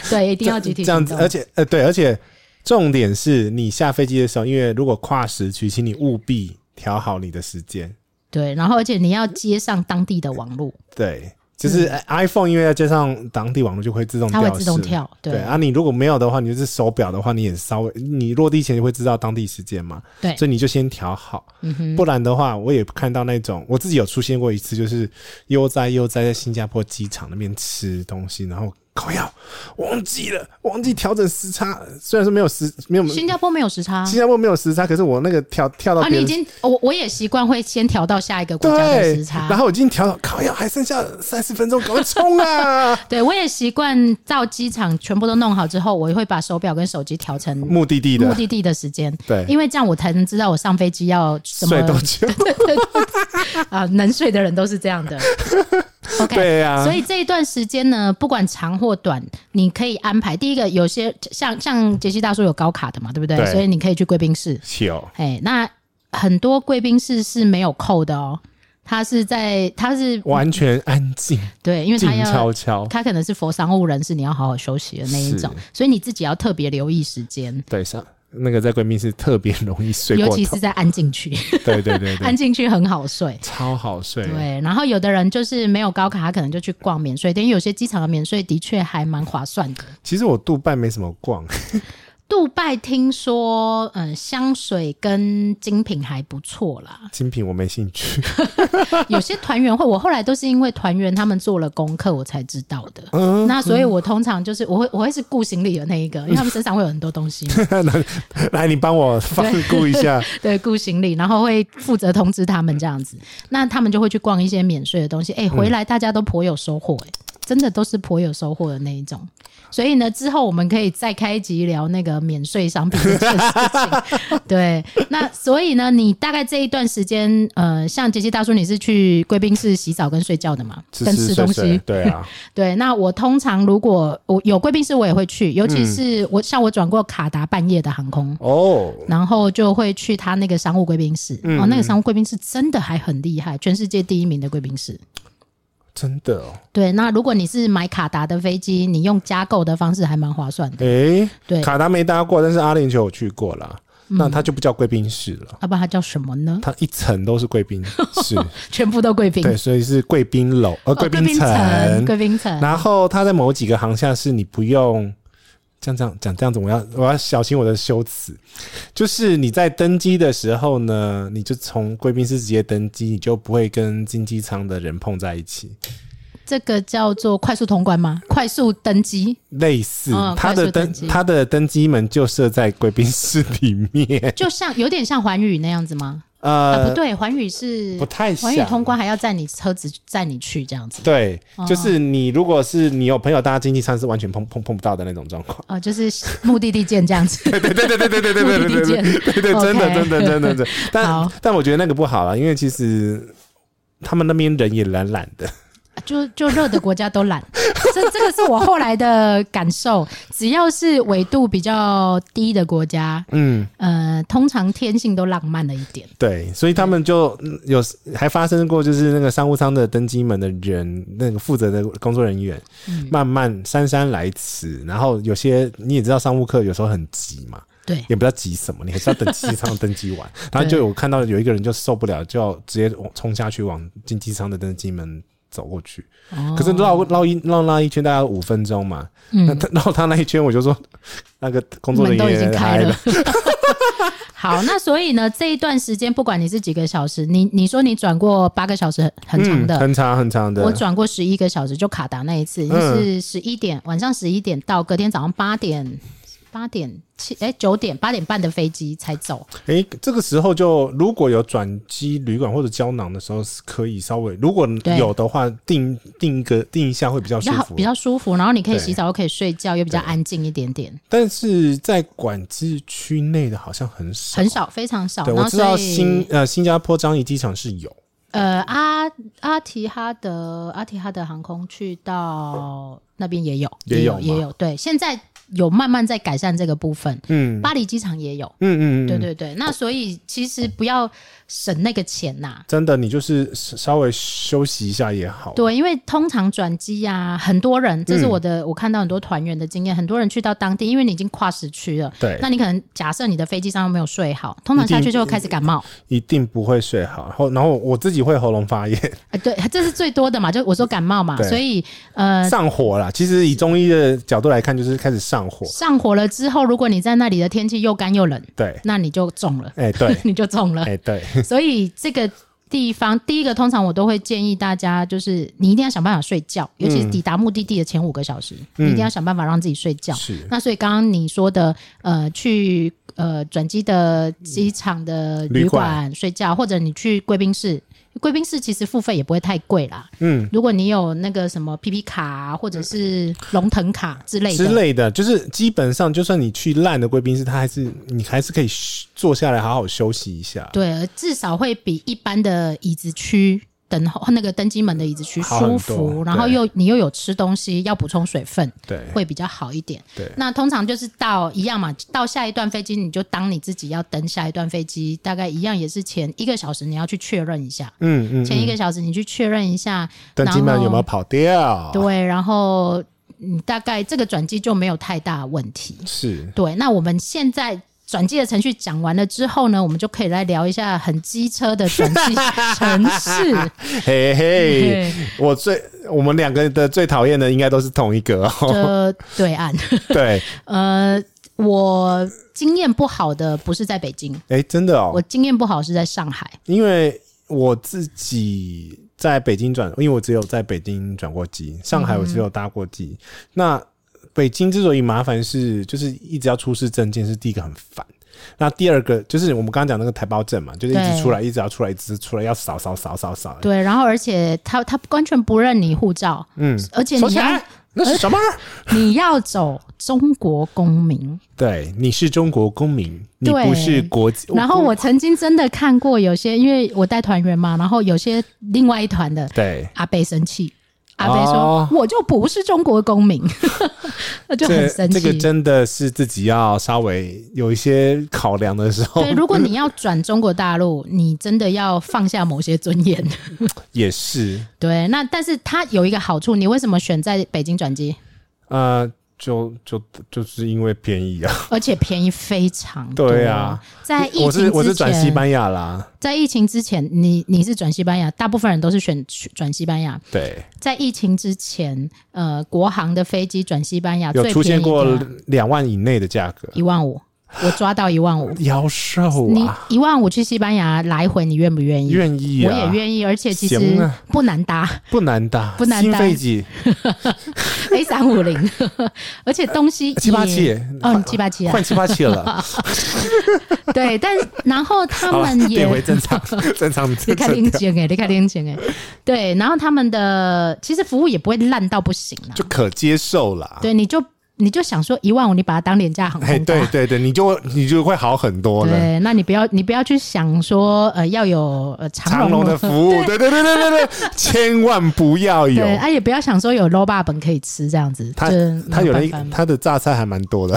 对，一定要集体这样子，行动而且呃对，而且重点是你下飞机的时候，因为如果跨时区，请你务必调好你的时间。对，然后而且你要接上当地的网络，对，就是呃 iPhone 因为要接上当地网络，就会自动嗯它调会试，自动跳，对对啊，你如果没有的话，你就是手表的话，你也稍微你落地前就会知道当地时间嘛，对所以你就先调好，嗯不然的话，我也看到那种我自己有出现过一次，就是悠哉悠哉在新加坡机场那边吃东西，然后靠药忘记了，忘记调整时差，虽然说没有时没有新加坡没有时差啊。新加坡没有时差，可是我那个调跳到啊，别你人已经我我也习惯会先调到下一个国家的对时，差，然后我已经调到靠药还剩下三十分钟，赶快冲啊！ 对我也习惯到机场全部都弄好之后，我会把手表跟手机调成目的地目的，的地的时间，对因为这样我才能知道我上飞机要什么睡多久？ 啊、能睡的人都是这样 的。OK，对啊所以这一段时间呢，不管长或短，你可以安排。第一个，有些像像杰西大叔有高卡的嘛，对不对？对所以你可以去贵宾室。有哎，那很多贵宾室是没有扣的哦，他是在他是完全安静，对，因为静他要悄悄。他可能是佛商务人士，你要好好休息的那一种，所以你自己要特别留意时间，对，上那个在贵宾室特别容易睡尤过其头是，在安静区，对对对对 安，静区很好睡。超好睡。对，然后有的人就是没有高卡，他可能就去逛免税店，因为有些机场的免税的确还蛮划算的。其实我杜拜没什么逛，。杜拜听说，嗯、香水跟精品还不错啦精品我没兴趣。 有些团员会，我后来都是因为团员他们做了功课，我才知道的。嗯，那所以，我通常就是我会我会是顾行李的那一个，因为他们身上会有很多东西嘛。来你帮我放顾 一下。对，顾行李，然后会负责通知他们这样子，那他们就会去逛一些免税的东西。哎、嗯回来大家都颇有收获、哎、真的都是颇有收获的那一种。所以呢，之后我们可以再开一集聊那个免税商品这件事情。 对，那所以呢，你大概这一段时间，呃，像杰西大叔，你是去贵宾室洗澡跟睡觉的嘛？吃跟吃吃睡东西。睡，对啊，对，那我通常如果我有贵宾室，我也会去，尤嗯其是我、像我转过卡达半夜的航空，哦，然后就会去他那个商务贵宾室。嗯哦，那个商务贵宾室真的还很厉害，全世界第一名的贵宾室。真的哦，对，那如果你是买卡达的飞机，你用加购的方式还蛮划算的。诶，对，嗯卡达没搭过，但是阿联酋我去过啦。那它就不叫贵宾室了，要啊不然它叫什么呢？ 它一层都是贵宾室，全部都贵宾，对，所以是贵宾楼，哦呃，贵贵宾宾层层，，贵宾层。然后它在某几个航厦是你不用这样这样讲这样子，我要我要小心我的修辞。就是你在登机的时候呢，你就从贵宾室直接登机，你就不会跟经济舱的人碰在一起。这个叫做快速通关吗？快速登机。 类似，哦它快的速登登机它的登机门就设在贵宾室里 面，就像有点像环宇那样子吗？啊，呃不，对，环宇是不太环宇像通关哦还要载你车子载你去这样子，对，就是你如果是你有朋友，大家经济舱是完全碰碰碰不到的那种状况。哦，就是目的地见这样子。对对对对对对对对对对对对对对对，真的真的真的真的。但但我觉得那个不好了，因为其实他们那边人也懒懒的。就就热的国家都懒，这这个是我后来的感受。只要是纬度比较低的国家，嗯，呃，通常天性都浪漫了一点。对，所以他们就嗯有还发生过，就是那个商务舱的登机门的人，那个负责的工作人员，慢慢姗姗来迟，然后有些你也知道，商务客有时候很急嘛。对，也不知道急什么，你还是要等机舱登机完，然后就有看到有一个人就受不了，就要直接冲下去往经济舱的登机门走过去。哦可是绕绕一绕那一圈大概五分钟嘛，那他 绕他那一圈我就说，那个工作人嗯门都员已经开来了。好，那所以呢，这一段时间不管你是几个小时，你你说你转过八个小时很很长嗯，的，很长很长的我，转过十一个小时，就卡达那一次，嗯就是十一点晚上十一点到，隔天早上八点八点七哎九点八点半的飞机才走。诶，这个时候就如果有转机旅馆或者胶囊的时候，是可以稍微如果对有的话，定定一个定一下会比较比舒较好，服比。较舒服，然后你可以对洗澡，又可以睡觉，又比较安静一点点，但是在管制区内的好像很少，很少，非常少。对，然我后知道所以新呃新加坡樟宜机场是有，呃阿阿提哈德阿提哈德航空去到那边也有，也也有也吗有，对，现在有慢慢在改善这个部分。嗯巴黎机场也有，嗯嗯嗯，对对对。那所以其实不要省那个钱呐、真的，你就是稍微休息一下也好。对，因为通常转机呀、很多人，这是嗯我的、我看到很多团员的经验，很多人去到当地，因为你已经跨时区了，对那你可能假设你的飞机上又没有睡好，通常一定下去就会开始感冒，一定不会睡好，然后然后我自己会喉咙发炎、呃，对，这是最多的嘛，就我说感冒嘛，嗯对所以呃。上火啦。其实以中医的角度来看，就是开始上火。上火了之后，如果你在那里的天气又干又冷，对，那你就中了，哎、对， 你就中了。哎、对，所以这个地方，第一个通常我都会建议大家，就是你一定要想办法睡觉，尤其是抵达目的地的前五个小时，嗯你一定要想办法让自己睡觉。是那所以刚刚你说的，呃，去呃转机的机场的旅旅馆馆睡觉，或者你去贵宾室。贵宾室其实付费也不会太贵啦，嗯，如果你有那个什么 PP 卡啊或者是龙腾卡之类的，之类的，就是基本上，就算你去烂的贵宾室，它还是你还是可以嘘坐下来好好休息一下，对，至少会比一般的椅子区等候那个登机门的椅子区好很舒多服，对然后又你又有吃东西，要补充水分，对会比较好一点。对那通常就是到一样嘛，到下一段飞机你就当你自己要登下一段飞机，大概一样也是前一个小时你要去确认一下，嗯嗯，前一个小时你去确认一下，登机然门后有没有跑啊掉？对，然后嗯，大概这个转机就没有太大问题。是，对，那我们现在转机的程序讲完了之后呢，我们就可以来聊一下很机车的转机城 市。嘿 嘿，对我最我们两个的最讨厌的应该都是同一个 哦，的对岸，对，呃，我经验不好的不是在北京，哎、真的哦，我经验不好是在上海。因为我自己在北京转，因为我只有在北京转过机，上海我只有搭过机。那北京之所以麻烦是，就是一直要出示证件，是第一个很烦。那第二个就是我们刚刚讲那个台胞证嘛，就是一直对出来，一直要出来，一直出来，要扫扫扫扫扫。对，然后而且他他完全不认你护照，嗯，而且收你起要来，那是什么？你要走中国公民，对，你是中国公民，你对不是国籍。然后我曾经真的看过有些，因为我带团员嘛，然后有些另外一团的，对，阿贝生气，阿贝说：“哦我就不是中国公民。” 那就很这生气。这个真的是自己要稍微有一些考量的时候对，，如果你要转中国大陆，你真的要放下某些尊严。 也是对，那但是它有一个好处，你为什么选在北京转机？呃，就就就是因为便宜啊，而且便宜非常多。对啊，在疫情 我之前，是我是转西班牙啦，在疫情之前，你你是转西班牙，大部分人都是选转西班牙。对，在疫情之前，呃，国航的飞机转西班牙有最出现便宜过的啊两万以内的价格，一万五，我抓到一万五。妖兽你啊，一万五去西班牙来回，你愿不愿意？愿意我啊，也愿意，而且其实行啊不难 搭不难打，不难心打肺几 A 三五零， 而且东西七八也七，哦，你七八七啊换，七八七 了，对，但然后他好吧，们也变回 正常正常你正看零常钱 哎，你看零钱哎，对，然后他们的其实服务也不会烂到不行啦，就可接受啦。对，你就你就想说一万五，你把它当廉价航哎，空搭对对对，你就会你就会好很多了。对，那你不要你不要去想说呃要有呃长长隆荣的服务，对对对对对对，千万不要有。对，啊也不要想说有 low 霸本可以吃这样子，他就是他没有了办一法嘛他的榨菜还蛮多的，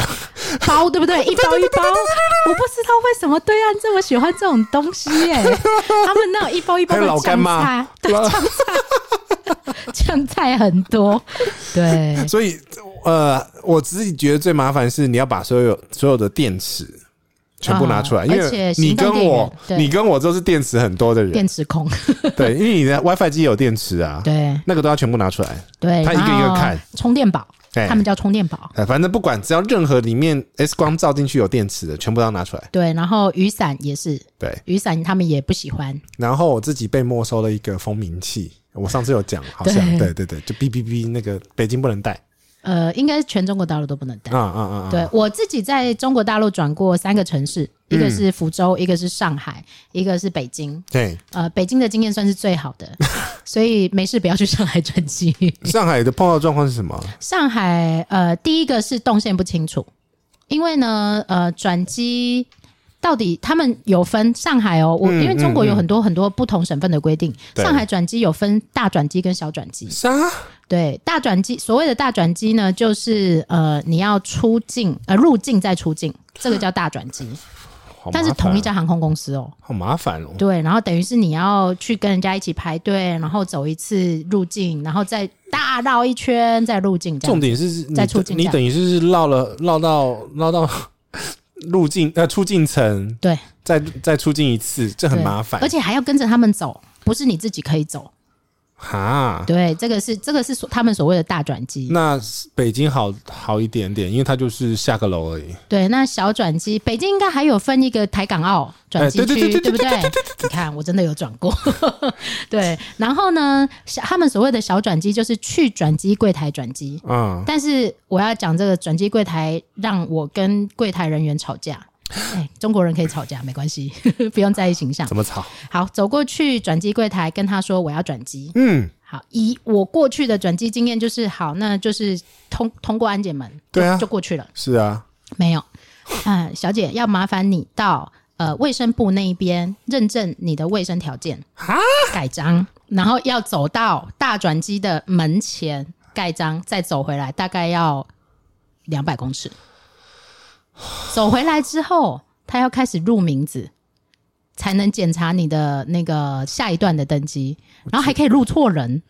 包对不 对？一包一包，我不知道为什么对岸这么喜欢这种东西耶、 他们那种一包一包还有老的干酱妈菜， 对酱菜，酱菜很多， 对，所以呃，我自己觉得最麻烦是你要把所有所有的电池全部拿出来，啊因而为且你行跟动电源我对你跟我都是电池很多的人，电池控，对，因为你的 WiFi 机有电池啊， 对那个都要全部拿出来。对，他一个一个然后看充电宝，哎他们叫充电宝，哎，反正不管，只要任何里面 X 光照进去有电池的，全部都要拿出来。对，然后雨伞也是，对，雨伞他们也不喜欢，然后我自己被没收了一个蜂鸣器，我上次有讲，好像对对对对，就哔哔哔，那个北京不能带呃，应该是全中国大陆都不能带啊。啊啊啊！对我自己在中国大陆转过三个城市，嗯一个是福州，一个是上海，一个是北京。对，呃，北京的经验算是最 好的，所以没事不要去上海转机。上海的碰到状况是什么？上海呃，第一个是动线不清楚，因为呢呃，转机到底他们有分上海哦，我、嗯因为中国有很多很多不同省份的规定，对上海转机有分大转机跟小转机。啥？对，大转机所谓的大转机呢，就是呃你要出境呃入境再出境，这个叫大转机，好麻烦啊但是同一家航空公司哦。好麻烦哦。对，然后等于是你要去跟人家一起排队，然后走一次入境，然后再大绕一圈再入境，这重样点是你再出境你这样等于是绕了绕到绕到 入境呃出境层，对，再再出境一次，这很对麻烦而。且还要跟着他们走，不是你自己可以走。哈，对，这个是这个是所他们所谓的大转机。啊那北京好好一点点，因为它就是下个楼而已。对，那小转机，北京应该还有分一个台港澳转机哎区，对对对对不对？你看，我真的有转过。 对，然后呢，小他们所谓的小转机就是去转机柜台转机，嗯，但是我要讲这个转机柜台，让我跟柜台人员吵架。哎，中国人可以吵架，没关系， 不用在意形象怎。么吵？好，走过去转机柜台，跟他说我要转机。嗯，好，以我过去的转机经验，就是好，那就是通通过安检门，就对啊就过去了。是啊，没有，嗯、小姐，要麻烦你到呃卫生部那一边认证你的卫生条件啊，盖章，然后要走到大转机的门前盖章，再走回来，大概要两百公尺。走回来之后，他要开始入名字，才能检查你的那个下一段的登机，然后还可以入错人，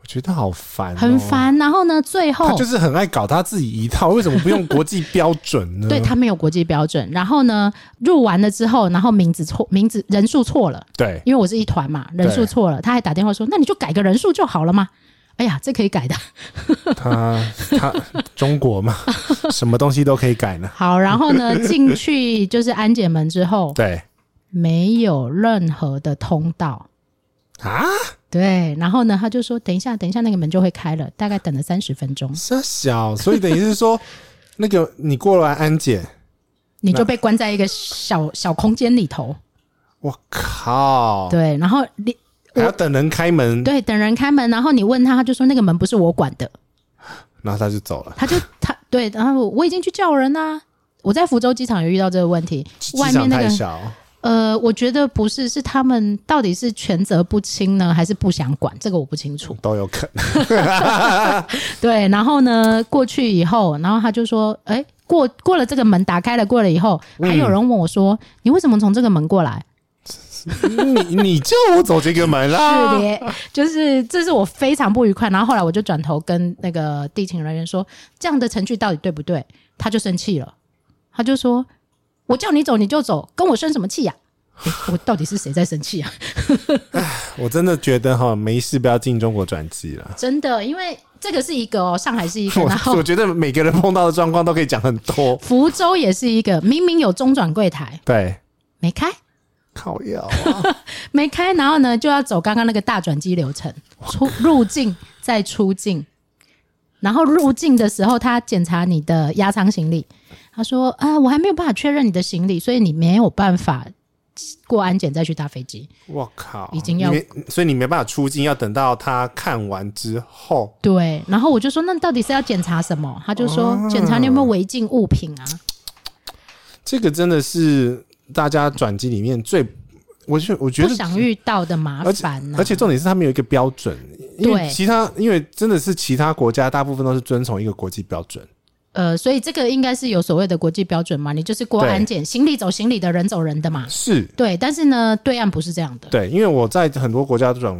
我觉得好烦、哦很。烦。哦然后呢，最后他就是很爱搞他自己一套，为什么不用国际标准呢？对他没有国际标准。然后呢，入完了之后，然后名字错，名字人数错了，对因为我是一团嘛，人数对错了，他还打电话说：“那你就改个人数就好了嘛。”哎呀，这可以改的。 他他中国嘛，什么东西都可以改呢。好，然后呢，进去就是安检门之后，对没有任何的通道。啊，对，然后呢，他就说：“等一下，等一下，那个门就会开了。”大概等了三十分钟，这啊小，所以等于是说， 那个你过来安检，你就被关在一个小小空间里头。我靠，对，然后你还要等人开门，对等人开门，然后你问他，他就说：“那个门不是我管的。”然后他就走了。他就他对，然后我已经去叫人啦、我在福州机场有遇到这个问题，机外场面那太个小，呃，我觉得不是，是他们到底是权责不清呢，还是不想管？这个我不清楚。都有可能。 对，然后呢，过去以后，然后他就说，哎、过过了这个门，打开了，过了以后，还嗯有人问我说，你为什么从这个门过来？你你叫我走这个门啦是，的，就是这是我非常不愉快。然后后来我就转头跟那个地勤人员说，这样的程序到底对不对？他就生气了，他就说：“我叫你走你就走，跟我生什么气呀、诶我到底是谁在生气啊？我真的觉得哈，没事不要进中国转机了。真的，因为这个是一个哦，上海是一 个，然我后我觉得每个人碰到的状况都可以讲很多。福州也是一个，明明有中转柜台对，没开，靠药、没开，然后呢就要走刚刚那个大转机流程，出入境再出境，然后入境的时候他检查你的压舱行李，他说啊我还没有办法确认你的行李，所以你没有办法过安检再去搭飞机。我靠， 已经要你没所以你没办法出境，要等到他看完之后。对，然后我就说那到底是要检查什么？他就说啊检查你有没有违禁物品啊。这个真的是大家转机里面最，我就我觉不得想遇到的麻烦啊呢、而且重点是他们有一个标准，因为对其他因为真的是其他国家大部分都是遵从一个国际标准，呃，所以这个应该是有所谓的国际标准嘛，你就是过安检，行李走行李的人走人的嘛。是对，但是呢，对岸不是这样的，对，因为我在很多国家转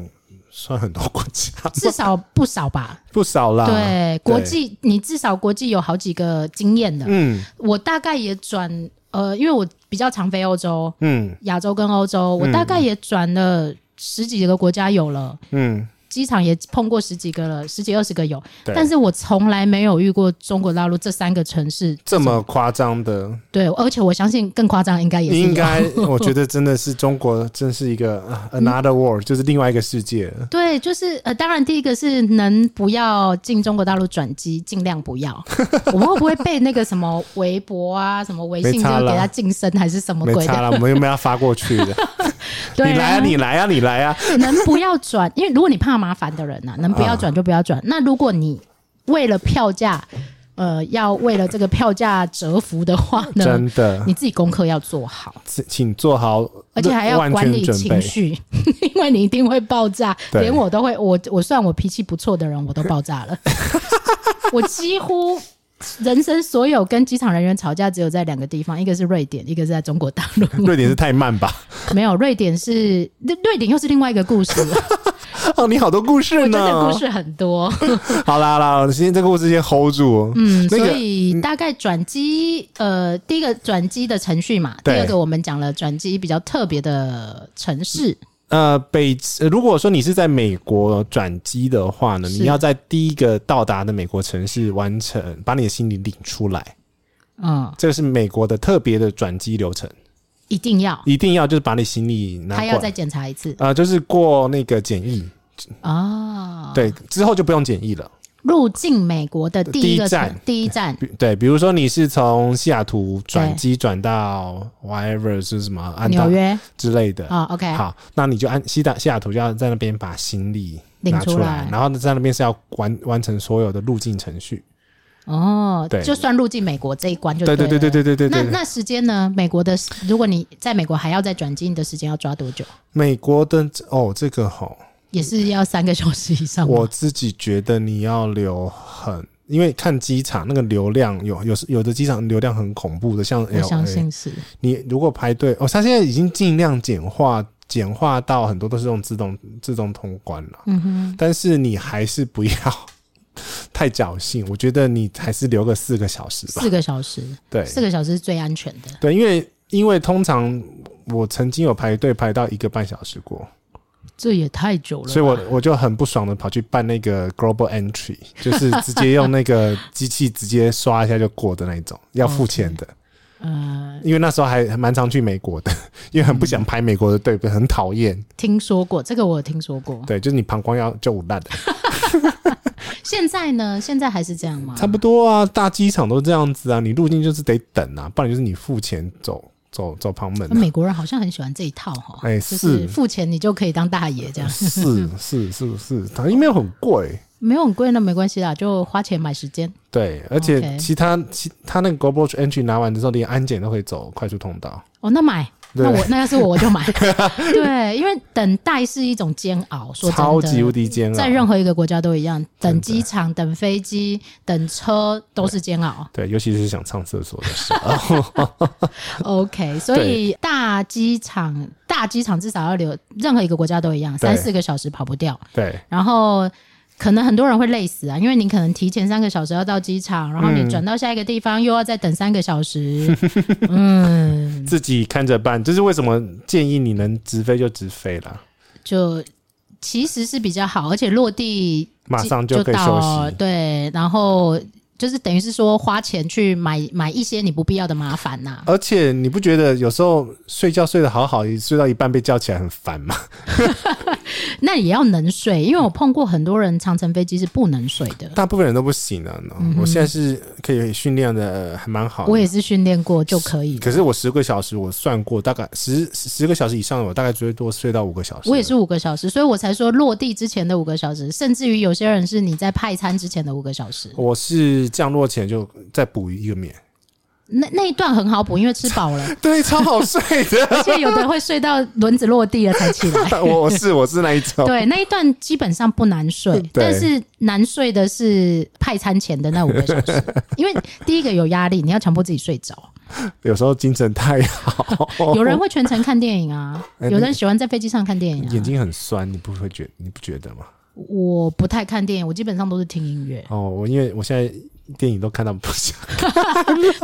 算很多国家至少不少吧。不少啦，对，国际你至少国际有好几个经验的，嗯我大概也转呃，因为我比较常飞欧洲、嗯亚洲跟欧洲，我大概也转了十几个国家有了。嗯，机场也碰过十几个了，十几二十个有，对但是我从来没有遇过中国大陆这三个城市这么夸张的，对，而且我相信更夸张应该也是有应该我觉得真的是中国真是一 个啊 another world，、就是另外一个世界了。对，就是呃，当然第一个是能不要进中国大陆转机，尽量不要。 我们会不会被那个什么微博啊、什么微信没就差啦给他晋升还是什么没鬼差的？啦，我们又没有要发过去的。 对你来啊，然后你来啊，你来啊！能不要转？因为如果你怕麻烦的人呐、能不要转就不要转。那如果你为了票价，呃，要为了这个票价折服的话呢真，的，你自己功课要做好。请请做好，而且还要万管全理准备情。绪， 因为你一定会爆炸。对连我都会，我我算我脾气不错的人，我都爆炸了。 我几乎人生所有跟机场人员吵架，只有在两个地方，一个是瑞典，一个是在中国大陆。 瑞典是太慢吧？ 没有，瑞典是瑞瑞典又是另外一个故事，哦，你好多故事我呢。真的故事很多。 好啦好啦，今天这个故事先 hold 住。嗯，那个所以大概转机，呃，第一个转机的程序嘛，第对二个我们讲了转机比较特别的城市，呃，北呃如果说你是在美国转机的话呢，是你要在第一个到达的美国城市完成，把你的行李领出来。嗯，这个是美国的特别的转机流程，一定要，一定要就是把你行李拿他过要再来。检查一次呃，就是过那个检疫，哦。对，之后就不用检疫了。入境美国的第一个第一站城第一站比对，比如说你是从西雅图转对机转到 whatever 是什么安大纽约之类的，啊、o k 好，那你就按西大西雅图就要在那边把行李拿领出来来，然后在那边是要完完成所有的入境程序。哦对，就算入境美国这一关就对对对对对对对对那对。对那时间呢？美国的，如果你在美国还要再转机，你的时间要抓多久？美国的哦，这个吼，也是要三个小时以上吗。我自己觉得你要留很，因为看机场那个流量有有有的机场流量很恐怖的，像我 L 相 A，信是你如果排队哦，他现在已经尽量简化。简化到很多都是用自动自动通关了，嗯哼，但是你还是不要太侥幸，我觉得你还是留个四个小时吧。四个小时，对四个小时是最安全的。对，因为因为通常我曾经有排队排到一个半小时过，这也太久了吧，所以我我就很不爽的跑去办那个 global entry，就是直接用那个机器直接刷一下就过的那一 种，哦要付钱的。呃因为那时候还还蛮常去美国的，因为很不想排美国的队，很讨厌。听说过这个，我有听说过。对，就是你膀胱要就捂烂的，现在呢？现在还是这样吗？差不多啊，大机场都这样子啊，你入境就是得等啊，不然就是你付钱走走走旁门、啊那美国人好像很喜欢这一套哈，哎就是是付钱你就可以当大爷这样。 是是是是，它因为很贵、没有很贵，那没关系啦，就花钱买时间。对，而且 OK 其他其他那个 Global Entry 拿完之后，连安检都会走快速通道。哦，那买，对那我那要是我我就 买。对，因为等待是一种煎熬，说真的，超级无敌煎熬，在任何一个国家都一样，等机场、等飞机、等车都是煎熬。对，尤其是想上厕所的时候， OK，所以大机场，大机场至少要留，任何一个国家都一样，对三四个小时跑不掉。 对然后可能很多人会累死啊，因为你可能提前三个小时要到机场，然后嗯你转到下一个地方又要再等三个小 时。嗯，自己看着办。这是为什么建议你能直飞就直飞啦。就其实是比较好，而且落地马上就可以休到息。对，然后就是等于是说花钱去买买一些你不必要的麻烦呐、而且你不觉得有时候睡觉睡得好好，睡到一半被叫起来很烦吗？那也要能睡，因为我碰过很多人长程飞机是不能睡的。大部分人都不行啊。no 我现在是可以训练的，呃还蛮好嗯的。我也是训练过就可以了可是我十个小时，我算过，大概十十个小时以上，我大概最多睡到五个小时。我也是五个小时，所以我才说落地之前的五个小时，甚至于有些人是你在派餐之前的五个小时。我是降落前就再补一个眠，那那一段很好补，因为吃饱 了，对，超好睡 的。而且有的会睡到轮子落地了才起来。我我是我是那一种，对，那一段基本上不难 睡，但是难睡的是派餐前的那五个小 时，因为第一个有压力，你要强迫自己睡着。有时候精神太好，有人会全程看电影啊，哦 哎有人喜欢在飞机上看电影、眼啊。睛很酸，你不会觉你不觉得吗？我不太看电影，我基本上都是听音乐， 哦，我因为我现在电影都看到不想，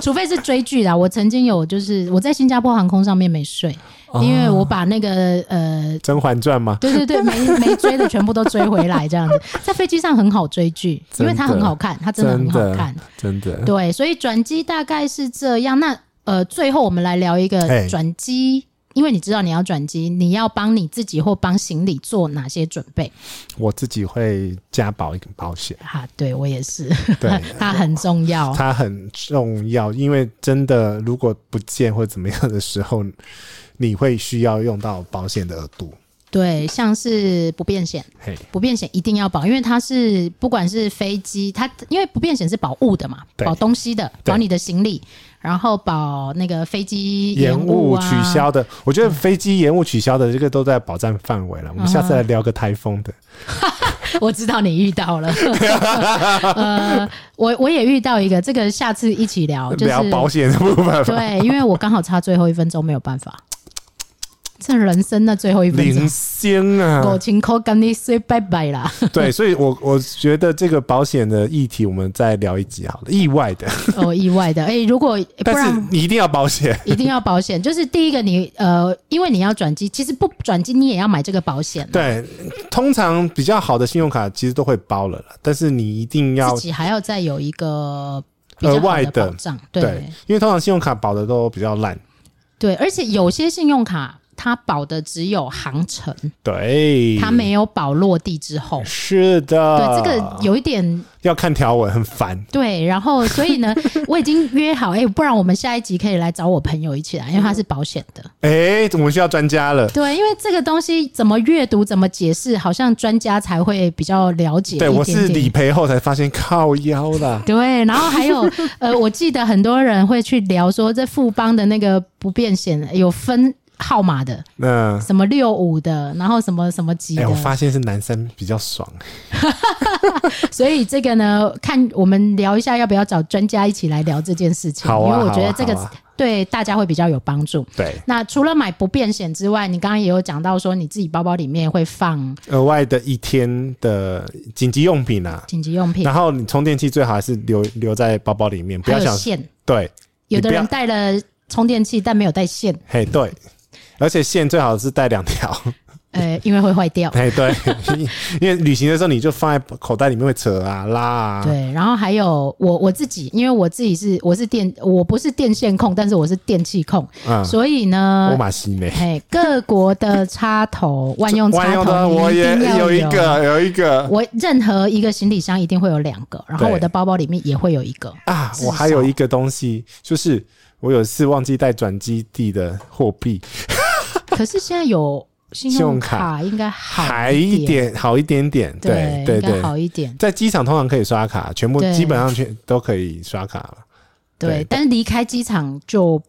除非是追剧啦。我曾经有就是我在新加坡航空上面没睡，哦因为我把那个呃《甄嬛传》吗？对对 对，没没追的全部都追回来，这样子在飞机上很好追剧，因为它真的很好看，它真的很好看。真的，对，所以转机大概是这样。那呃，最后我们来聊一嘿个转机，因为你知道你要转机，你要帮你自己或帮行李做哪些准备我自己会加保一个保 险，啊？对我也是， 对。它很重要。它很重要，因为真的如果不见或怎么样的时候，你会需要用到保险的额度。对，像是不变险，嘿，不变险一定要保，因为它是不管是飞机，它因为不变险是保物的嘛，对保东西的，对保你的行李，然后保那个飞机延误误啊取。消的，我觉得飞机延误取消的这个都在保障范围了。嗯我们下次来聊个台风的， 我知道你遇 到了，呃，我我也遇到一个，这个下次一起 聊，就是聊保险的部分 吧。对，因为我刚好差最后一分钟，没有办法，这人生的最后一分零钟。星狗啊，情扣跟你 say 拜拜 啦，对，所以我我觉得这个保险的议题，我们再聊一集好了。意外的，哦，意外的，哎、如果不但然是你一定要保险。一定要保 险，就是第一个你呃，因为你要转机，其实不转机你也要买这个保险啊，对，通常比较好的信用卡其实都会包了啦，但是你一定要自己还要再有一个比较好额外的保障，对对，因为通常信用卡保的都比较烂。对而且有些信用卡它保的只有航程，对，它没有保落地之后。是的，对，这个有一点要看条文，很烦。对，然后所以 呢，我已经约好，哎、不然我们下一集可以来找我朋友一起来，因为他是保险的。哎，我们需要专家了。对，因为这个东西怎么阅读、怎么解释，好像专家才会比较了解一对，点点。我是理赔后才发现靠腰啦。对，然后还 有呃，我记得很多人会去聊说，这富邦的那个不变险有分号码的，那什么六五的，然后什么什么级哎、的，我发现是男生比较爽。所以这个呢，看我们聊一下要不要找专家一起来聊这件事情，好啊因为我觉好得啊这个好啊对大家会比较有帮助。对，那除了买不变险之外，你刚刚也有讲到说你自己包包里面会放额外的一天的紧急用品啊，紧急用品然，后你充电器最好还是留留在包包里面，不还要有想线。对，有的你不要人带了充电器，但没有带线，嘿对，而且线最好是带两条，呃，因为会坏 掉。嘿哎对，因为旅行的时候你就放在口袋里面会扯啊拉啊，对，然后还有我我自己，因为我自己是我是电，我不是电线控，但是我是电器控，嗯，所以我呢，马西美。哎，各国的插 头，万用万插用头的你我也定要有有一。个，有一个我任何一个行李箱一定会有两个，然后对我的包包里面也会有一个。啊至，少我还有一个东西，就是我有一次忘记带转基地的货币，可是现在有信信用用卡卡，应该好还一，点好一点点，对应对该对，好一点。在机场通常可以刷卡，全部对基本上全都可以刷卡了。对对，但是离开机场就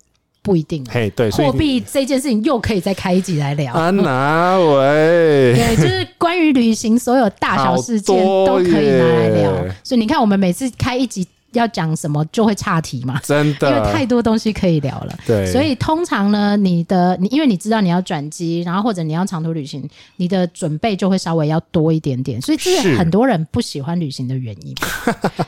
不一定了。嘿，对，所以货币这件事情又可以再开一集来聊。啊，哪位？对，就是关于旅行所有大小事件好都多可以拿来聊耶。所以你看，我们每次开一集要讲什么，就会岔题嘛，真因为的太多东西可以聊了。对，所以通常呢，你的你因为你知道你要转机，然后或者你要长途旅行，你的准备就会稍微要多一点点。所以这是 是很多人不喜欢旅行的原因，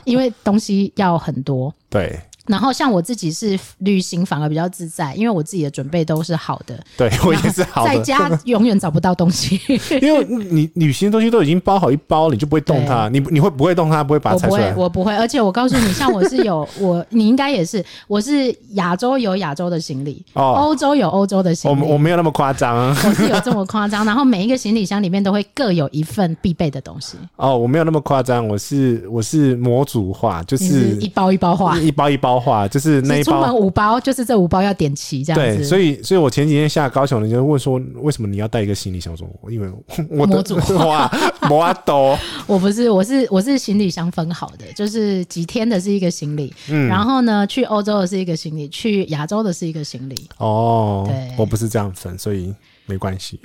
因为东西要很多。对然后像我自己是旅行反而比较自在，因为我自己的准备都是好的，对我也是好在的，家永远找不到东西，因为你你旅行的东西都已经包好一包了，你就不会动它，你你会不会动它，不 会把它我拆不会，出来。我不会。而且我告诉你，像我是有 我，你应该也是，我是亚洲有亚洲的行李，哦，欧、洲有欧洲的行我李。我没有那么夸张啊 我是有这么夸张，然后每一个行李箱里面都会各有一份必备的东西，哦，我没有那么夸张，我是我是模组化，就你是一包一包画，一包一包化，就是那是一出门包。五包，就是这五包要点齐这样对，子。所以所以我前几天下高雄，人家问说为什么你要带一个行李箱？我说 因为我的模组 化摩斗，我不是，我是我是行李箱分好的，就是几天的是一个行李，嗯然后呢，去欧洲的是一个行李，去亚洲的是一个行李。哦对，我不是这样分，所以没关 系。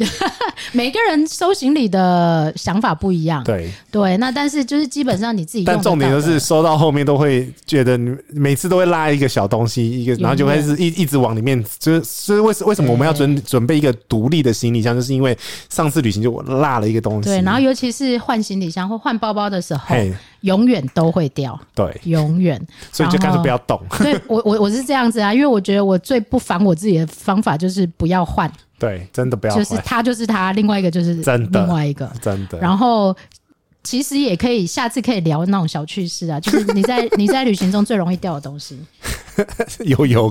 每个人收行李的想法不一样，对，对，那但是就是基本上你自己用但得到重的，点就是收到后面都会觉得你每次都会拉一个小东西，一个远然后就会是一一直往里面，就是就是为什为什么我们要嗯准准备一个独立的行李箱，就是因为上次旅行就我落了一个东西。对，然后尤其是换行李箱或换包包的时候，嘿，永远都会掉，对，永远。所以就干脆不要动。 对我我我是这样子啊，因为我觉得我最不烦我自己的方法就是不要换， 对，真的不要就是换，它就是它，另外一个就是真的另外一个， 真的。然后。其实也可以，下次可以聊那种小趣事啊，就是你 在你在旅行中最容易掉的东西。有有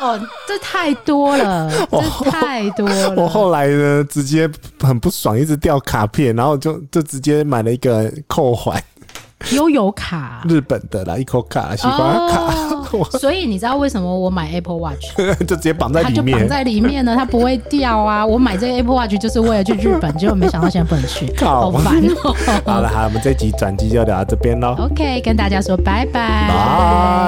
哦，这太多了，这太多了。我后来呢，直接很不爽，一直掉卡片，然后就就直接买了一个扣环，悠游卡，日本的啦，一口卡，西瓜卡，哦、所以你知道为什么我买 Apple Watch， 就直接绑在它里就绑面。在里面呢，它不会掉啊。我买这个 Apple Watch 就是为了去日本，结果没想到现在不能去，好靠烦 哦。好了，好了，我们这集转机就聊到这边喽， OK，跟大家说拜拜，拜。